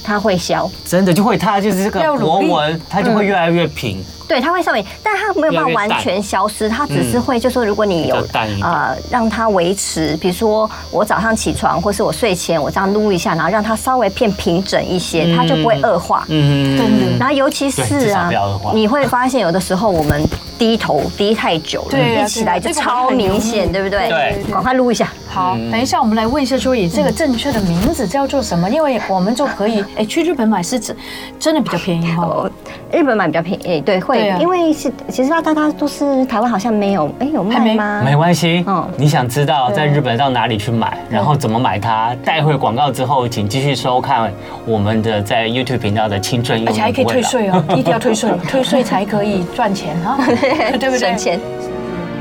C: 它会消。
B: 真的就会它就是这个
A: 要
B: 博
A: 努力
B: 嗯纹，它就会越来越平。
C: 对，它会稍微，但它没有办法完全消失，它只是会就说，如果你有
B: 嗯比较淡一点
C: 呃让它维持，比如说我早上起床，或是我睡前我这样撸一下，然后让它稍微变平整一些，它就不会恶化。
B: 嗯
A: 真的
C: 然后尤其
B: 对
C: 是
B: 至少
C: 啊
B: 不要恶化，
C: 你会发现有的时候我们低头低太久了，
A: 对啊
C: 一起来
A: 对
C: 就
A: 啊
C: 超明显，对不对？
B: 对
C: 赶快撸一下。
A: 好，等一下我们来问一下秋怡，这个正确的名字叫做什么？因为我们就可以，哎，去日本买是真真的比较便宜哈、
C: 哦，日本买比较便宜，对，会，
A: 对啊
C: 因为是其实它大家都是台湾好像没有，哎、有
A: 还
C: 卖
A: 没
C: 吗？
B: 没关系
A: 哦
C: 嗯，
B: 你想知道
C: 对
B: 在日本到哪里去买，然后怎么买它？待会广告之后，请继续收看我们的在 YouTube 频道的青春
A: 而
B: 永
A: 且还
B: 远
A: 可以
B: 不
A: 退
B: 会老。
A: 税哦，一定要退税，退税才可以赚钱哈， 对不对
C: 省？钱。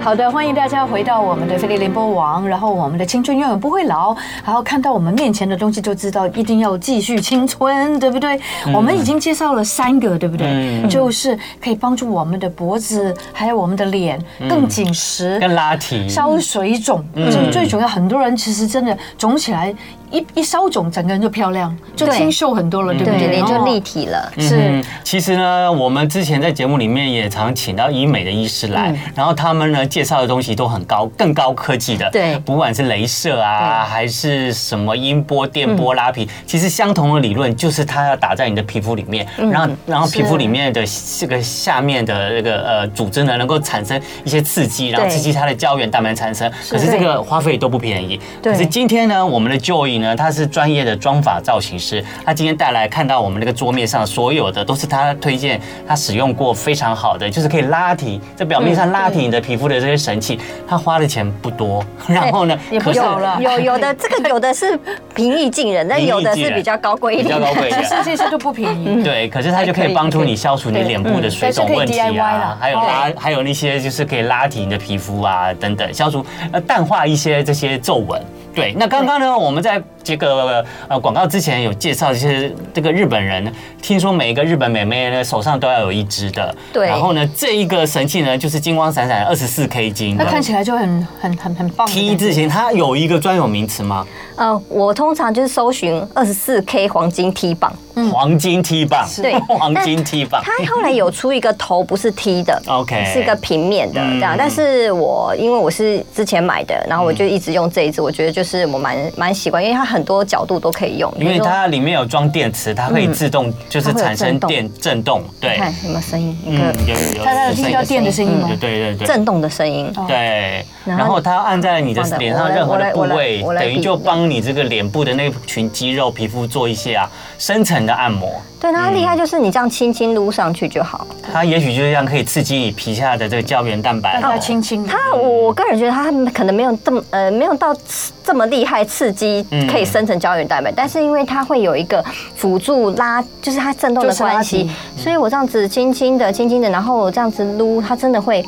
A: 好的，欢迎大家回到我们的飞利联播网，然后我们的青春永远不会老，然后看到我们面前的东西就知道一定要继续青春，对不对？我们已经介绍了三个，对不对？
B: 嗯
A: 就是可以帮助我们的脖子，还有我们的脸更紧实、
B: 跟拉提，
A: 消水肿，这个最重要。很多人其实真的肿起来，一一消肿，整个人就漂亮，就
C: 对
A: 清秀很多了，对不
C: 对，
A: 对？
C: 脸就立
A: 哦
C: 体了。
A: 是
B: 嗯，其实呢，我们之前在节目里面也常请到医美的医师来，然后他们呢介绍的东西都很高，更高科技的，
C: 对
B: 不管是镭射啊，还是什么音波、电波、拉皮，其实相同的理论就是它要打在你的皮肤里面，然后然后皮肤里面的这个下面的那个呃组织呢，能够产生一些刺激，然后
C: 对
B: 刺激它的胶原蛋白产生，可是这个花费都不便宜，
C: 对
B: 可是今天呢，我们的 Joy 呢，他是专业的妆发造型师，他今天带来看到我们那个桌面上所有的都是他推荐他使用过非常好的，就是可以拉提在表
A: 嗯
B: 面上拉提你的皮肤的这些神器，他花的钱不多，然后呢，
A: 哎也不
B: 可是
A: 少了
C: 有有的这个有的是平易近人，但
B: 平易
C: 有的
B: 近
C: 是
B: 人
C: 比较高贵一
B: 比较
C: 点的
B: 高。贵一
A: 其
B: 点。
A: 实这些都不便宜。
C: 嗯
B: 对，可是它就可以帮助你消除你脸部的水肿问题
A: 还可以对嗯
B: 啊，还有
A: 但是可以 DIY 啦
B: 拉，还有那些就是可以拉提你的皮肤啊等等，消除呃淡化一些这些皱纹。对，那刚刚呢，我们在这个呃广告之前有介绍，就是这个日本人，听说每一个日本美眉呢手上都要有一支的，
C: 对
B: 然后呢，这一个神器呢就是金光闪闪二十四 K 金
A: 那
B: 的
A: 看起来就很很很很棒的感觉。
B: T 字形，它有一个专有名词吗？
C: 呃，我通常就是搜寻二十四 K 黄金 T 榜，
A: 嗯
B: 黄金 T 棒，
C: 对
B: 黄金 T 棒，
C: 它后来有出一个头不是 T 的
B: OK
C: 是一个平面的
B: 嗯
C: 这样。但是我因为我是之前买的，然后我就一直用这一支，我觉得就是我蛮蛮喜欢，因为它很多角度都可以用。
B: 因
C: 比
B: 为
C: 如说
B: 它里面有装电池，它可以自动就是产生电震动，对
C: 你，看有没有声音，一
B: 嗯
C: 个，
B: 有有
A: 大家有
B: 有
A: 听到电的声音吗嗯
B: 对？对对对。
C: 震动的声音。
A: 哦
B: 对，
C: 然后
B: 然后它按在你的脸上任何的部
C: 我来我
B: 位
C: 来，我来
B: 等于
C: 比
B: 就帮你这个脸部的那群肌肉、皮肤做一些啊深层的按摩。
C: 对，
B: 嗯
C: 那它厉害就是你这样轻轻撸上去就好。
B: 它也许就这样可以刺激你皮下的这个胶原蛋白
C: 哎
A: 大。家轻轻的。
C: 它我我个人觉得它可能没有这么呃没有到刺这么厉害刺激
B: 嗯
C: 可以生成胶原蛋白，但是因为它会有一个辅助拉，就是它震动的
A: 就是拉
C: 关系
A: 提，
C: 所以我这样子轻轻的轻轻的，然后我这样子撸，它真的会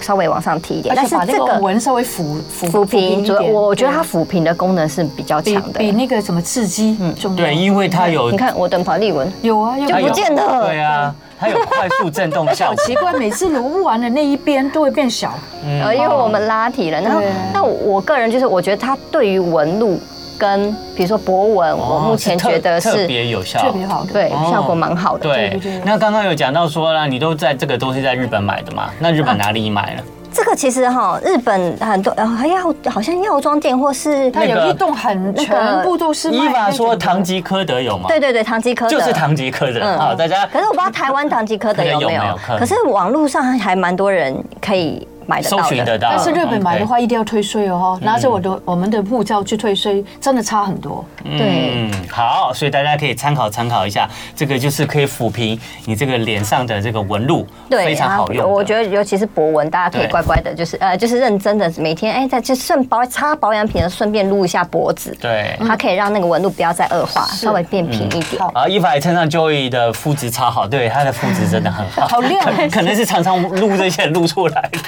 C: 稍微往上提一点，
A: 而
C: 但
A: 且
C: 是
A: 把那
C: 这
A: 个
C: 个。
A: 纹稍微抚抚
C: 抚平，主要我觉得它
A: 对
C: 抚平的功能是比较强
A: 比
C: 的。
A: 比那个什么刺激重要。
B: 对，因为它有
C: 你看我的跑立纹，
A: 有啊，有
C: 就
B: 它
A: 啊
B: 有
C: 不见了
B: 对啊，它有快速震动效
A: 好
B: 果。
A: 奇怪，每次撸完的那一边都会变小。
C: 呃，因为我们拉提了，然后
A: 嗯对
C: 那我个人就是我觉得它对于纹路跟比如说博纹，我目前
B: 哦特
C: 觉得
B: 特
C: 是
B: 别有效，
A: 特别好的。
C: 对
B: 哦
C: 效果蛮好的。
B: 对
A: 对对，
B: 那刚刚有讲到说啦，你都在这个都是在日本买的嘛？那日本哪里买了？
A: 啊
C: 这个其实哈，日本很多呃药好像药妆店或是
A: 它
B: 那
A: 有
B: 个哦
A: 一栋很
C: 那个
A: 全部都是卖
B: 伊娃
A: 那种
B: 说
A: 的
B: 唐吉诃德有吗？
C: 对，对对，唐吉诃德嗯
B: 就是唐吉诃德
A: 嗯
B: 啊，大家
C: 可是我不知道台湾唐吉诃德有
B: 有没
C: 没
B: 有
C: 有
B: 可，能
C: 可是网络上还蛮多人可以买得
B: 搜
C: 到
B: 寻得
C: 的。
B: 到。
A: 但是日本买的
B: OK，
A: 话，一定要退税哦，拿着我的我们的护照去退税，真的差很多。
C: 对，
B: 嗯，好，所以大家可以参考参考一下，这个就是可以抚平你这个脸上的这个纹路，
C: 对，
B: 非常好
A: 啊
B: 用
C: 然
B: 的。
C: 后我觉得尤其是博文，大家可以
B: 对
C: 乖乖的，就是呃，就是认真的每天哎，在就顺保擦保养品的时候顺便撸一下脖子，
B: 对。
C: 它可以让那个纹路不要再恶化，
A: 是
C: 稍微变平一点。
A: 好
B: 嗯好，伊法也称上 Joey 的肤质超好，对，她的肤质真的很好，
A: 好亮
B: 可可能是常常录这些录出来的。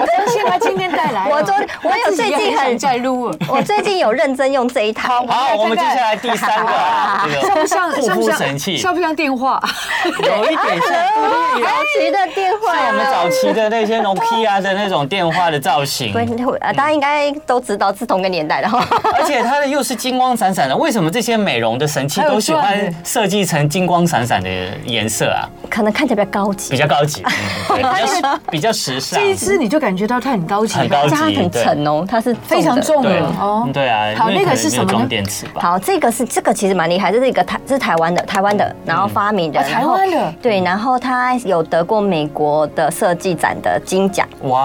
A: 我相信他今天带再来哦。
C: 我昨我有最近很
D: 在录，
C: 我最近有认真用这一台，
B: 好，我们接下来第三个啊，这
A: 像不
B: 个
A: 像
B: 护
A: 像不
B: 肤
A: 像
B: 神器，
A: 像不像电 话？
B: 有一点像
C: 高级的电话
B: 我们早期的那些 Nokia 的那种电话的造型，
C: 不会，呃，
B: 嗯
C: 大家应该都知道，是同个年代的哈。
B: 而且它的又是金光闪闪的。为什么这些美容的神器都喜
A: 还有
B: 欢
A: 钻
B: 设计成金光闪闪的颜色啊？
C: 可能看起来比较高
B: 比
C: 级，
B: 较高 级，嗯对比较时比较时尚。
A: 这一支你就感觉到它很高级吧，
B: 很高级
C: 但它很沉哦，它是重的
A: 非常。重
B: 对
A: 了哦，。
B: 对啊，
A: 好
B: 因为
A: 那个
B: 可能
A: 是
B: 没
A: 什
B: 有
A: 么呢
B: 装电池吧？
C: 好，这个是这个其实蛮厉害，这是一个台，这是台湾的，台湾的，然后发明
B: 嗯
C: 人，
A: 啊
B: 哦
C: 然后
A: 台湾的
C: 对，然后他有得过美国的设计展的金奖，
B: 哇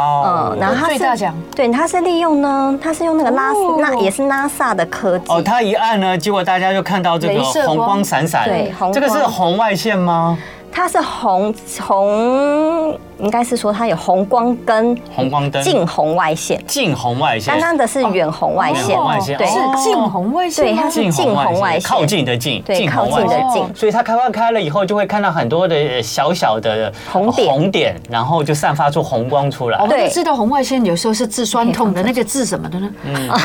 C: 嗯，然后
B: 哦！
C: 他
A: 最大
C: 是
A: 奖，
C: 对，他是利用呢，他是用那个拉
A: 哦
C: 那也是 NASA 的科技，
B: 哦，它一按呢，结果大家就看到这个
A: 镭射光
B: 红光闪闪。
C: 对红光嗯
B: 这个是红外线吗？
C: 它是红红，应该是说它有红光跟
B: 红光灯。
C: 近红外线，
B: 近红外线
C: 刚。刚的是远红外线，
B: 远红外线
C: 对
B: 哦
A: 是近红外线
C: 对，
A: 吗
C: 它？是近
B: 近
C: 红外线，
B: 靠近的近，
C: 对，靠
B: 红外
C: 近的
B: 线。
A: 线
C: 近。
B: 所以它开关开了以后，就会看到很多的呃小小的
C: 红点哦
B: 红点，然后就散发出红光出来
A: 哦我。们
C: 对
A: 都知道红外线有时候是治酸痛的，那个治什么的呢？
B: 嗯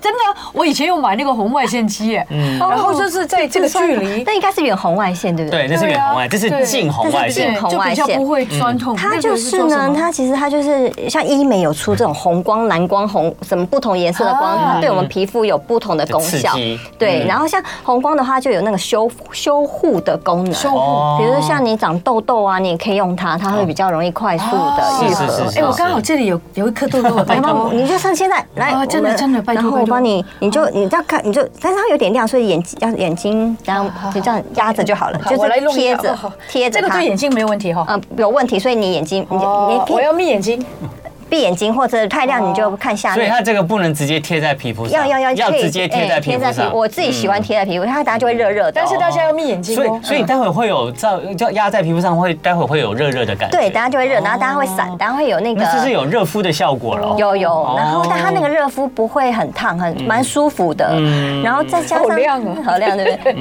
A: 真的，啊我以前有买那个红外线机耶，
B: 嗯
A: 然后就是在这个距离，
C: 那应该是远红外线，对不对？
B: 对，这是
A: 对啊
B: 远红哎外，这是
A: 对
B: 近红外
C: 这
B: 线
C: 是。近
A: 就比较不会酸痛。
C: 它
A: 哦那
C: 就
A: 个
C: 是
A: 做什
C: 呢
A: 么，
C: 它其实它就是像医美有出这种红光、蓝光、红什么不同颜色的光，
A: 啊
C: 它对我们皮肤有不同的功效
B: 嗯刺激。
C: 对，
B: 嗯
C: 然后像红光的话，就有那个修修护的功能。
A: 修护
B: 哦
C: 比如说像你长痘痘啊，你也可以用它，它会比较容易快速的愈
B: 哦是是
C: 合
B: 是。是
A: 哎，我刚好这里有有一颗痘 痘，拜
C: 然后
A: 托
C: 你就趁现在来，
A: 啊
C: 我们
A: 真的真的拜托哦
C: 然后我
A: 拜托
C: 帮你，你就你这样看，你就，但是它有点亮，所以眼睛要眼睛，然后就这样压着就好了，就
A: 我来
C: 是
A: 弄一
C: 贴
A: 下哦
C: 着
A: 好好
C: 贴着
A: 这个
C: 它
A: 对。眼睛没有问题哈。
C: 呃，有问题，所以你眼睛，你你
A: 哦，
C: 可
A: 我
C: 以
A: 要眯眼睛，
C: 闭眼睛，或者太亮你就看下
B: 所以
C: 面。
B: 它这个不能直接贴在皮肤上，
C: 要要要
B: 要
C: 可以
B: 直接贴
C: 哎
B: 在皮肤上。嗯
C: 我自己喜欢贴在皮肤，它等下就会热热的
A: 但
C: 哦。
A: 是大家要眯眼睛
B: 所
A: 哦
B: 以，。所以待会会有照，就压在皮肤上会，待会会有热热的感觉。
C: 对，等下就会热，然后大家会
A: 哦
C: 散，然后会有那个
B: 那这是有热敷的效果了。
C: 有有，然后
B: 哦嗯
C: 但它那个热敷不会很烫，很蛮舒服的。然后再加上
A: 好亮啊
C: 好亮对不对？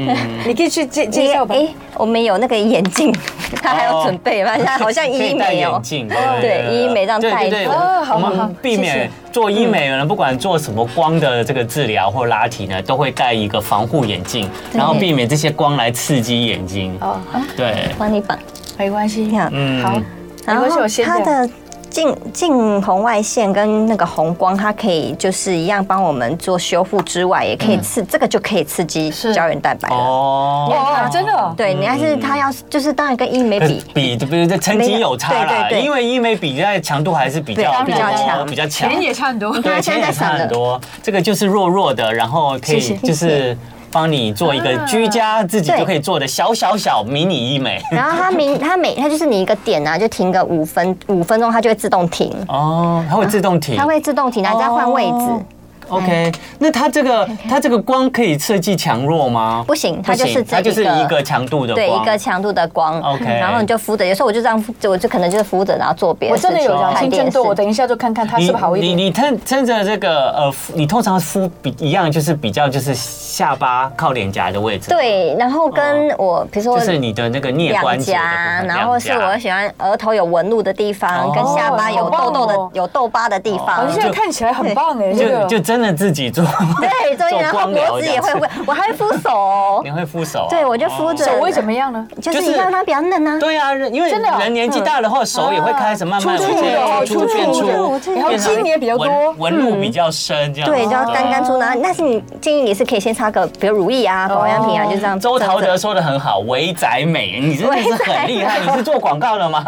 A: 你可以去介介绍吧。
C: 诶我们有那个眼镜， 它还有准备，啊现在好像医
B: 哦可以戴
C: 美哦
B: 眼。镜，
C: 对医美这样戴嗯
B: 对对对，
A: 哦好好
B: 我
A: 好
B: 们避免做医美呢，不管做什么光的这个治疗或拉提呢，都会戴一个防护眼镜，然后避免这些光来刺激眼睛。
A: 哦，啊
B: 对，
C: 帮你绑，
A: 没关系，
C: 你看，
B: 嗯
A: 好，没
C: 然
A: 关系，
C: 后
A: 我先
C: 它
A: 这样。
C: 的近近红外线跟那个红光，它可以就是一样帮我们做修复之外，也可以刺，这个就可以刺激
A: 嗯是
C: 胶原蛋白了。
B: 哦，
A: 哦，真的哦，
C: 对，你还是它要就是当然跟医美比，
B: 比比比成绩有差啦，
C: 对对对
B: 因为医美比在强度还是比较
C: 对比较强
B: 比较强。
A: 钱也差很多。
B: 对，
C: 它
B: 钱
C: 现在
B: 也
C: 在
B: 差
C: 省
B: 很
C: 了
B: 多。这个就是弱弱的，然后可
A: 谢谢
B: 以就是帮你做一个居
A: 啊
B: 家自己就可以做的小小小迷你医美。
A: 嗯
C: 然后它明它每它就是你一个点啊，就停个五分五分钟，它就会自动停，
B: 哦，它会自动停。
C: 啊它会自动停，然后再换位
B: 哦
C: 置。
B: OK，那它这个它这个光可以设计强弱吗？
C: 不行它
B: 不行
C: 就是这
B: 它就是
C: 一个
B: 一个强度的
C: 对
B: 光
C: 一个强度的光
B: OK
C: 然后你就敷着，有时候我就这样，敷，我就可能就是敷着，然后做别的
A: 我
C: 事情，
A: 真的有良
C: 看
A: 心
C: 电
A: 症
C: 视
A: 痘，我等一下就看看它是不是好一
B: 你
A: 点。
B: 你趁趁着这个呃，敷你通常敷比一样就是比较就是下巴靠脸颊的位置，，
C: 对，然后跟我比如说
B: 哦就是你的那个颞关
C: 两
B: 节的部
C: 颊，
B: 分
C: 然后是我喜欢额头有纹路的地
B: 哦
C: 方，跟下巴有
A: 好
C: 痘痘
A: 棒哦
C: 的、有痘疤的地
A: 好
C: 方
A: 像。现在看起来很棒哎，这
B: 就
A: 个
B: 就真的自己做，
C: 对，所以然后
B: 光疗
C: 脖子也
B: 这
C: 会
B: 样子
C: 会，我还会敷手哦
B: 你。会敷手啊、
C: 对，我就敷着。
A: 手会怎么样呢？
C: 就是
B: 就是
C: 你让它比较嫩啊。
B: 对啊，人因为
A: 真的啊
B: 人年纪大了后，手也会开始慢
C: 嗯
B: 慢
A: 出
B: 有
A: 出
B: 些
A: 的
B: 粗
A: 出
B: 变
A: 出的
B: 粗，变
C: 哦
A: 然后
B: 成
A: 筋也比较多
B: 纹纹路比较深这样子。
C: 嗯对，就要干干出
A: 哦
C: 然后但是你建议你是可以先擦个，比如乳液啊、保养品啊，就这样。
B: 周陶德说的很好，维宅美，你真的是很厉害。你是做广告的 吗？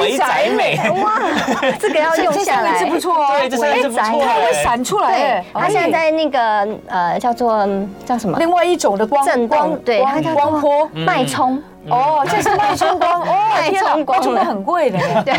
B: 维宅美，
C: 哇，这个要用
A: 这
C: 下
A: 三个
C: 来
A: 字。不错哦，
B: 对，这三个字不
C: 宅
B: 错
A: 它
B: 哎。
A: 会闪出来
C: 对
A: 哎，。
C: 它现在在那个呃叫做嗯叫什么？
A: 另外一种的光
C: 震
A: 光
C: 动，对，它
A: 光
C: 叫
A: 光波
C: 做。
B: 嗯
C: 脉冲。
A: 哦，这是脉冲光哦，
C: 脉
A: 天哪
C: 冲光
A: 脉冲光很贵的，对，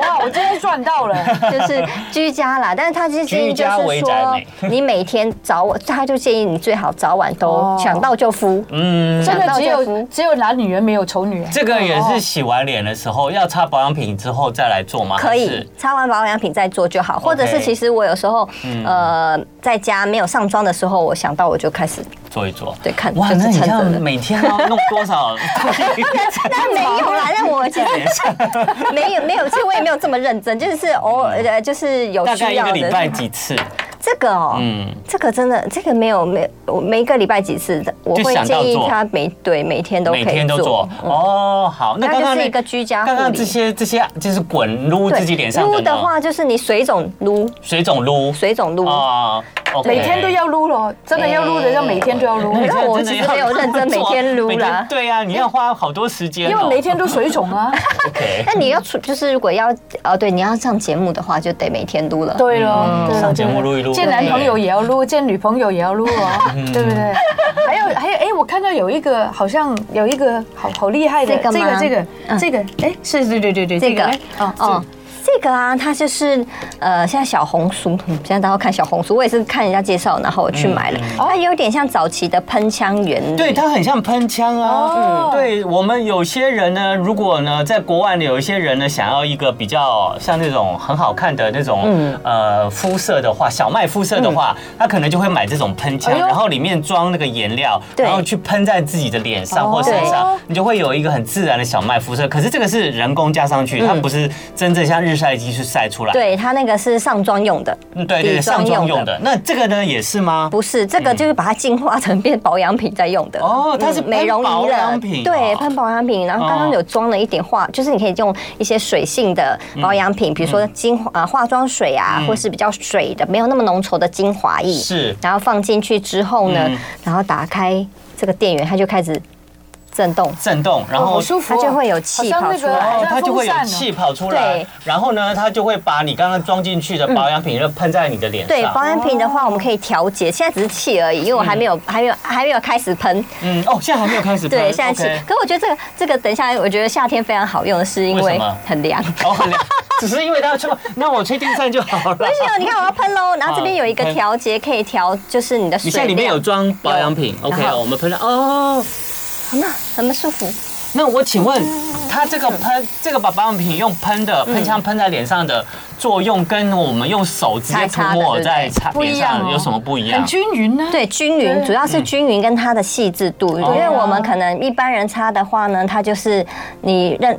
A: 哇，我今天赚到了，
C: 就是居 家啦，但是他是建议
B: 居
C: 就
B: 家
C: 是
B: 为宅
C: 说
B: 美，
C: 你每天早晚，他就建议你最好早晚
A: 哦
C: 都想到就敷，
B: 嗯，
A: 真
C: 想
A: 的
C: 到
A: 只
C: 就
A: 有
C: 敷。
A: 只有男女人没有丑女，哦
B: 这个也是洗完脸的时候要擦保养品之后再来做吗？
C: 可
B: 还
C: 以
B: 是。
C: 擦完保养品再做就好，或者是其实我有时候，呃，
B: 嗯
C: 在家没有上妆的时候，我想到我就开始
B: 做一做。
C: 对看，
B: 哇，
C: 就
B: 那
C: 是
B: 你
C: 撑
B: 这
C: 着
B: 样
C: 的。
B: 每天要弄多少多
C: 那没有啦， 那我其实没有没有，其实我也没有这么认真，就是偶尔呃，就是有
B: 嗯大概
C: 需
B: 一
C: 要
B: 个礼拜
C: 的。
B: 几次，
C: 这个哦，
B: 嗯，
C: 这个真的，这个没有没我每一个礼拜几次的，我
B: 就
C: 会
B: 想到
C: 建议
B: 做
C: 他每对每天都可以
B: 每天都做。
C: 嗯
B: 哦，好，那
C: 它
B: 刚
C: 就
B: 刚
C: 是
B: 那
C: 一个居家护
B: 刚刚
C: 理
B: 这些这些就是滚撸
C: 对
B: 自己脸上
C: 撸
B: 的
C: 的
B: 呢，
C: 话，就是你水肿撸，
B: 水肿撸，
C: 水肿撸。
B: 哦，OK
A: 每天都。要撸咯，真的要撸
B: 哎
A: 的，要每天都要撸
B: 那，你
C: 可
B: 这
C: 是
B: 个
C: 我
B: 真的
C: 其实
B: 要
C: 没有认真每
B: 做啊
C: 天撸
B: 每天
C: 啦
B: 对啊，你要花好多时间哦，
A: 因为每天都水肿啊。
B: 哎 OK，
C: 那你要出，就是如果要呃，对，你要上节目的话，就得每天撸了。
A: 对咯，对咯，
B: 嗯上节目撸一哎嗯撸
A: 见男朋友也要撸，见女朋友也要撸哦，对不对？还有还有，哎，我看到有一个好像有一个好好厉害的，
C: 这个
A: 这个
C: 吗
A: 这个
C: 嗯
A: 这个，哎，是，对对对对，
C: 这个
A: 哎哦
C: 哦，这个啊，它就是呃，现在小红书，嗯现在大家都看小红书，我也是看人家介绍，然后我去买了。它有点像早期的喷枪原理。
B: 嗯对，它很像喷枪啊。
A: 哦
B: 对我们有些人呢，如果呢在国外呢，有一些人呢想要一个比较像那种很好看的那种、呃肤色的话，小麦肤色的话，他可能就会买这种喷枪，
A: 哎呦
B: 然后里面装那个颜料，
C: 对
B: 然后去喷在自己的脸上
A: 哦
B: 或身上
A: 对，
B: 你就会有一个很自然的小麦肤色。可是这个是人工加上去，它不是真正像日晒机去晒出来。
C: 对，它那个是上妆用的，
B: 嗯对对，
C: 底
B: 上
C: 妆
B: 妆
C: 用
B: 用
C: 的
B: 的。那这个呢也是吗？
C: 不是这个，就是把它进化成变保养品在用的。
B: 嗯哦它是
C: 嗯美容仪
B: 喷保
C: 了
B: 养品哦，
C: 对，喷保养品，然后刚刚
B: 哦
C: 有装了一点化，就是你可以用一些水性的保养
B: 嗯
C: 品，比如说精华啊化妆水啊，或是比较水的，没有那么浓稠的精华液。
B: 是
C: 然后放进去之后呢
B: 嗯，
C: 然后打开这个电源，它就开始震动，
B: 震动，然
A: 哦好
B: 后
A: 舒服哦，
C: 它就会有气
A: 好像那
C: 跑出
A: 个
C: 来
A: 好
B: 哦，
A: 像
B: 它就会有
A: 风扇哦
B: 气跑出来
C: 对，嗯
B: 然后呢，它就会把你刚刚装进去的保养品就喷在你的脸上。
C: 对，保养品的话，我们可以调节，现在只是气而已，因为我还没有、还没有、还没有开始喷。
B: 嗯，哦，现在还没有开始嗯喷。
C: 对，现在气。
B: OK
C: 可我觉得这个这个，等一下，我觉得夏天非常好用的是因
B: 为
C: 为
B: 什么
C: 很凉。
B: 哦，很凉，只是因为它要吹嘛，那我吹电扇就好了
C: 不。行哦，你看我要喷喽，然后这边有一个
B: 好
C: 调节可以调，就是你的 水
B: 你现在里面
C: 量
B: 有装保养品
C: 有
B: ，OK，
C: 然后
B: 我们喷了哦。
C: 很慢很慢舒服。
A: 嗯
B: 那我请问，它这个喷这个把保养品用喷的
C: 嗯
B: 喷枪喷在脸上的作用，跟我们用手直接涂抹在擦
A: 不
B: 脸
A: 一样
B: 上
A: 哦
B: 有什么不一样
A: 很？均匀啊呢。
C: 对，均匀
A: 对哦
C: 主要是均匀跟它的细致度，因为我们可能一般人擦的话呢，它就是你认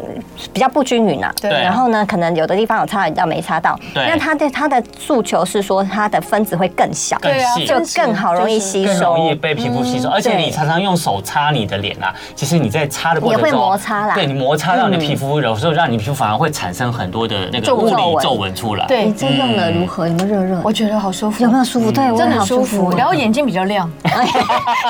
C: 比较不均匀啊。
A: 对
C: 然后呢，可能有的地方有擦到，有的地方没擦到。
B: 对
C: 那它的它的诉求是说，它的分子会更小，
B: 更
A: 对啊
B: 细
C: 就更好容易吸
B: 更容易
C: 收。嗯
B: 被皮肤吸收，而且
C: 对
B: 你常常用手擦你的脸啊，其实你在擦的过程中
C: 也会摩擦啦
B: 对你摩擦到你皮肤，有时候让你皮肤反而会产生很多的那个
C: 皱
B: 物
C: 纹
B: 理皱纹出来。，
C: 你
A: 对，
C: 这用了如何？有没有热热？
A: 我觉得好舒服
C: 有没，有舒服？对，我
A: 真
C: 也
A: 的
C: 好
A: 哎很舒
C: 舒
A: 服
C: 服。，
A: 然后眼睛比较亮。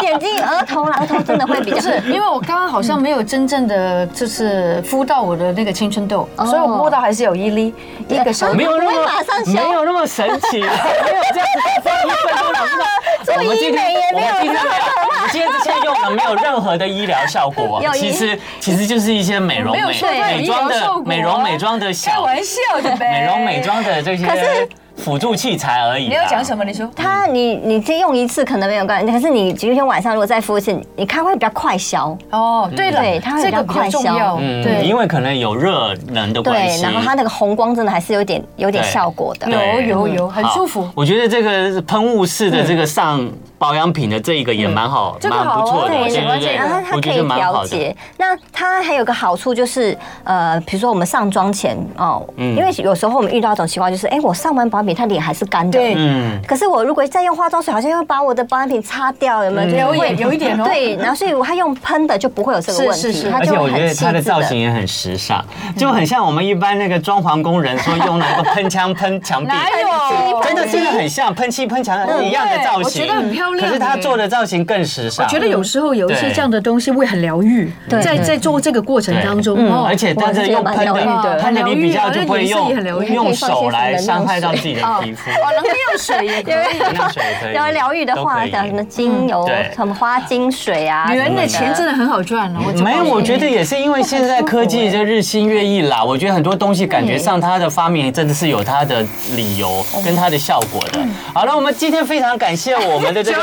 C: 眼睛、额头啦，额头真的会比较
A: 不是，因为我刚刚好像没有真正的就是敷到我的那个青春痘，
C: 哦
A: 所以我摸到还是有一粒一个小。
B: 没有那
C: 我会马上
B: 么
C: 修
B: 没有那么神奇，没有这样子放一分钟两分钟。
C: 做
B: 我们今
C: 医美
B: 天
C: 也
B: 我
C: 没
B: 们
C: 有
B: 今天没有，我们今天这些用的没有任何的医疗效果啊，
C: 有医
B: 其实其实就是一些美容
A: 没有
B: 美
A: 说
C: 对
B: 美妆
A: 医疗效果啊
B: 的美容美妆的
A: 开
C: 啊
B: 小
A: 玩 笑的呗。
B: 美容美。妆的这些
C: 哎可是
B: 辅助器材而已。啊
A: 你要讲什？么？你说。
C: 它你你这用一次可能没有关系，可是你今天晚上如果再敷一次，你你看会比较快消。
A: 哦，对了，
C: 对它会
A: 这个
C: 比
A: 比较
C: 较快消
A: 重要。
B: 嗯，
A: 对
B: 因，为可能有热能的关
C: 对，
B: 系。
C: 然后它那个红光真的还是有点有点
B: 对
C: 效果的。
A: 有
B: 对
A: 有有，很
B: 好
A: 舒服。
B: 我觉得这个喷雾式的这个上保养品的这一个也蛮好，
A: 这个
B: 蛮不错
A: 好啊
B: 的，对
A: 对
B: 对对，
C: 然后它
B: 我
C: 可
B: 觉
C: 以
B: 得蛮
C: 调
B: 好的。
C: 节。那它还有个好处就是，呃，比如说我们上妆前哦，
B: 嗯
C: 因为有时候我们遇到一种情况就是，哎，我上完保养品，它脸还是干的。
A: 对
B: 嗯，
C: 可是我如果再用化妆水，好像要把我的保养品擦掉，有没有？就是
A: 有一
C: 会
A: 点有一点哦
C: 对，然后所以我它用喷的就不会有这个
A: 是
C: 问
A: 是
C: 题，
A: 是
C: 它
B: 而且
C: 就
B: 我觉
C: 很
B: 得
C: 细
B: 它的
C: 致
B: 造型也很时尚，就很像我们一般那个装潢工人说用那个喷枪喷墙壁，
A: 哪有？
B: 真的真的很像喷漆喷墙一样的造型，
A: 我觉得很漂亮
B: 可是他做的造型更时尚，
A: 我觉得有时候有一些
B: 对
A: 这样的东西会很疗愈，
C: 对
A: 在
C: 对
A: 在做这个过程当中，哦
B: 而且但是用喷
C: 我还是觉得蛮疗愈
B: 的，
C: 的
B: 喷的你比较就不会
A: 很疗愈啊那个颜色也很疗
B: 用
A: 愈
B: 用手来伤害到自己的皮肤，啊
A: 哦，能够用水也可以。
B: 能量水也可以，
C: 然后疗愈的
B: 都
C: 话，
B: 可以
C: 讲什么精油
B: 对、
C: 什么花精水啊，
A: 女人的
C: 什么
A: 钱真的很好赚了，啊我
B: 没有，我觉得也是因为现在科技
A: 很舒
B: 就日新月异 啦。我觉得很多东西感
A: 嗯
B: 觉上它的发明真的是有它
A: 嗯
B: 的理由跟它的效果的。好了，我们今天非常感谢我们的这个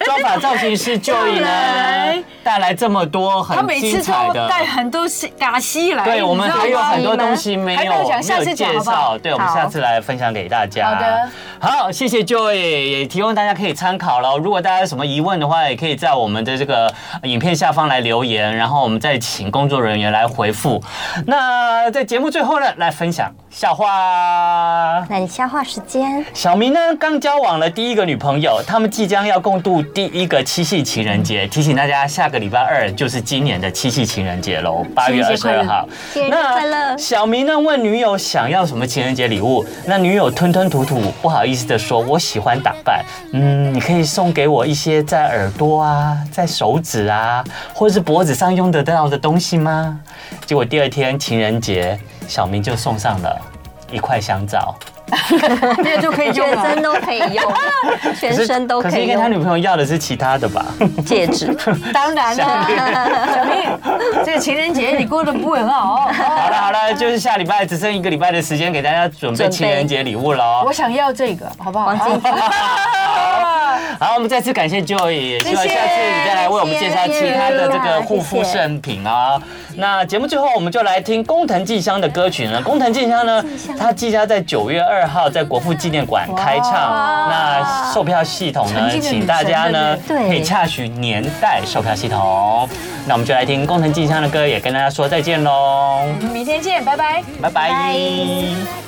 B: 妆发造型师就以呢
A: 来
B: 带来这么多
A: 他
B: 很
A: 每次
B: 精
A: 都
B: 彩的。
A: 带很多西嘎西来，
B: 对，我们
A: 你知道
B: 还有
A: 吗
B: 很多东西没有
A: 还没有讲下
B: 没
A: 次
B: 有
A: 讲
B: 介
A: 好不好
B: 绍，对，我们
C: 好
B: 下次来分享给大家。
A: 好的，
B: 好，谢谢 Joy，也提供大家可以参考了。如果大家有什么疑问的话，也可以在我们的这个影片下方来留言，然后我们再请工作人员来回复。那在节目最后呢，来分享笑话。
C: 那你消化时间，
B: 小明呢，刚交往了第一个女朋友，他们即将要共度第一个七夕情人节。提醒大家，下个礼拜二就是今年的七夕情人节喽，八月二十二号。
C: 情人节快乐
B: 那小明呢问女友想要什么情人节礼物，那女友吞吞吐吐，不好意思的说：“我喜欢打扮，嗯，你可以送给我一些在耳朵啊，在手指啊，或者是脖子上用得到的东西吗？”结果第二天情人节，小明就送上了一块香皂。
A: 那个就可以用
C: 全
A: 了。
C: 身都可以用，全
B: 可是
C: 身都
B: 可
C: 可
B: 是
C: 以
B: 跟他
C: 用
B: 女朋友要的是其他的 吧？
C: 戒指。
A: 当然 了，小明，这个情人节你过得不会很好哦。
B: 好了好了，就是下礼拜只剩一个礼拜的时间给大家准备
C: 准备
B: 情人节礼物喽
A: 哦我。想要这个，好不好？
C: 王 晶
B: 好，我们再次感谢 Joy，也希望下次
A: 谢谢
B: 你再来为我们介绍
C: 谢谢
B: 其他的这个
C: 谢谢
B: 护肤圣品啊。那节目最后我们就来听工藤静香的歌曲呢。工藤静香呢，她即将在九月二号在国父纪念馆开唱。
A: 哇
B: 那售票系统呢
A: 曾，经的
B: 请
A: 女
B: 大
A: 神
B: 家呢
A: 对
C: 不对对
B: 可以洽询年代售票系统。那我们就来听工藤静香的歌，也跟大家说再见喽，
A: 明天见，拜拜。
B: 拜拜
C: 拜
D: 「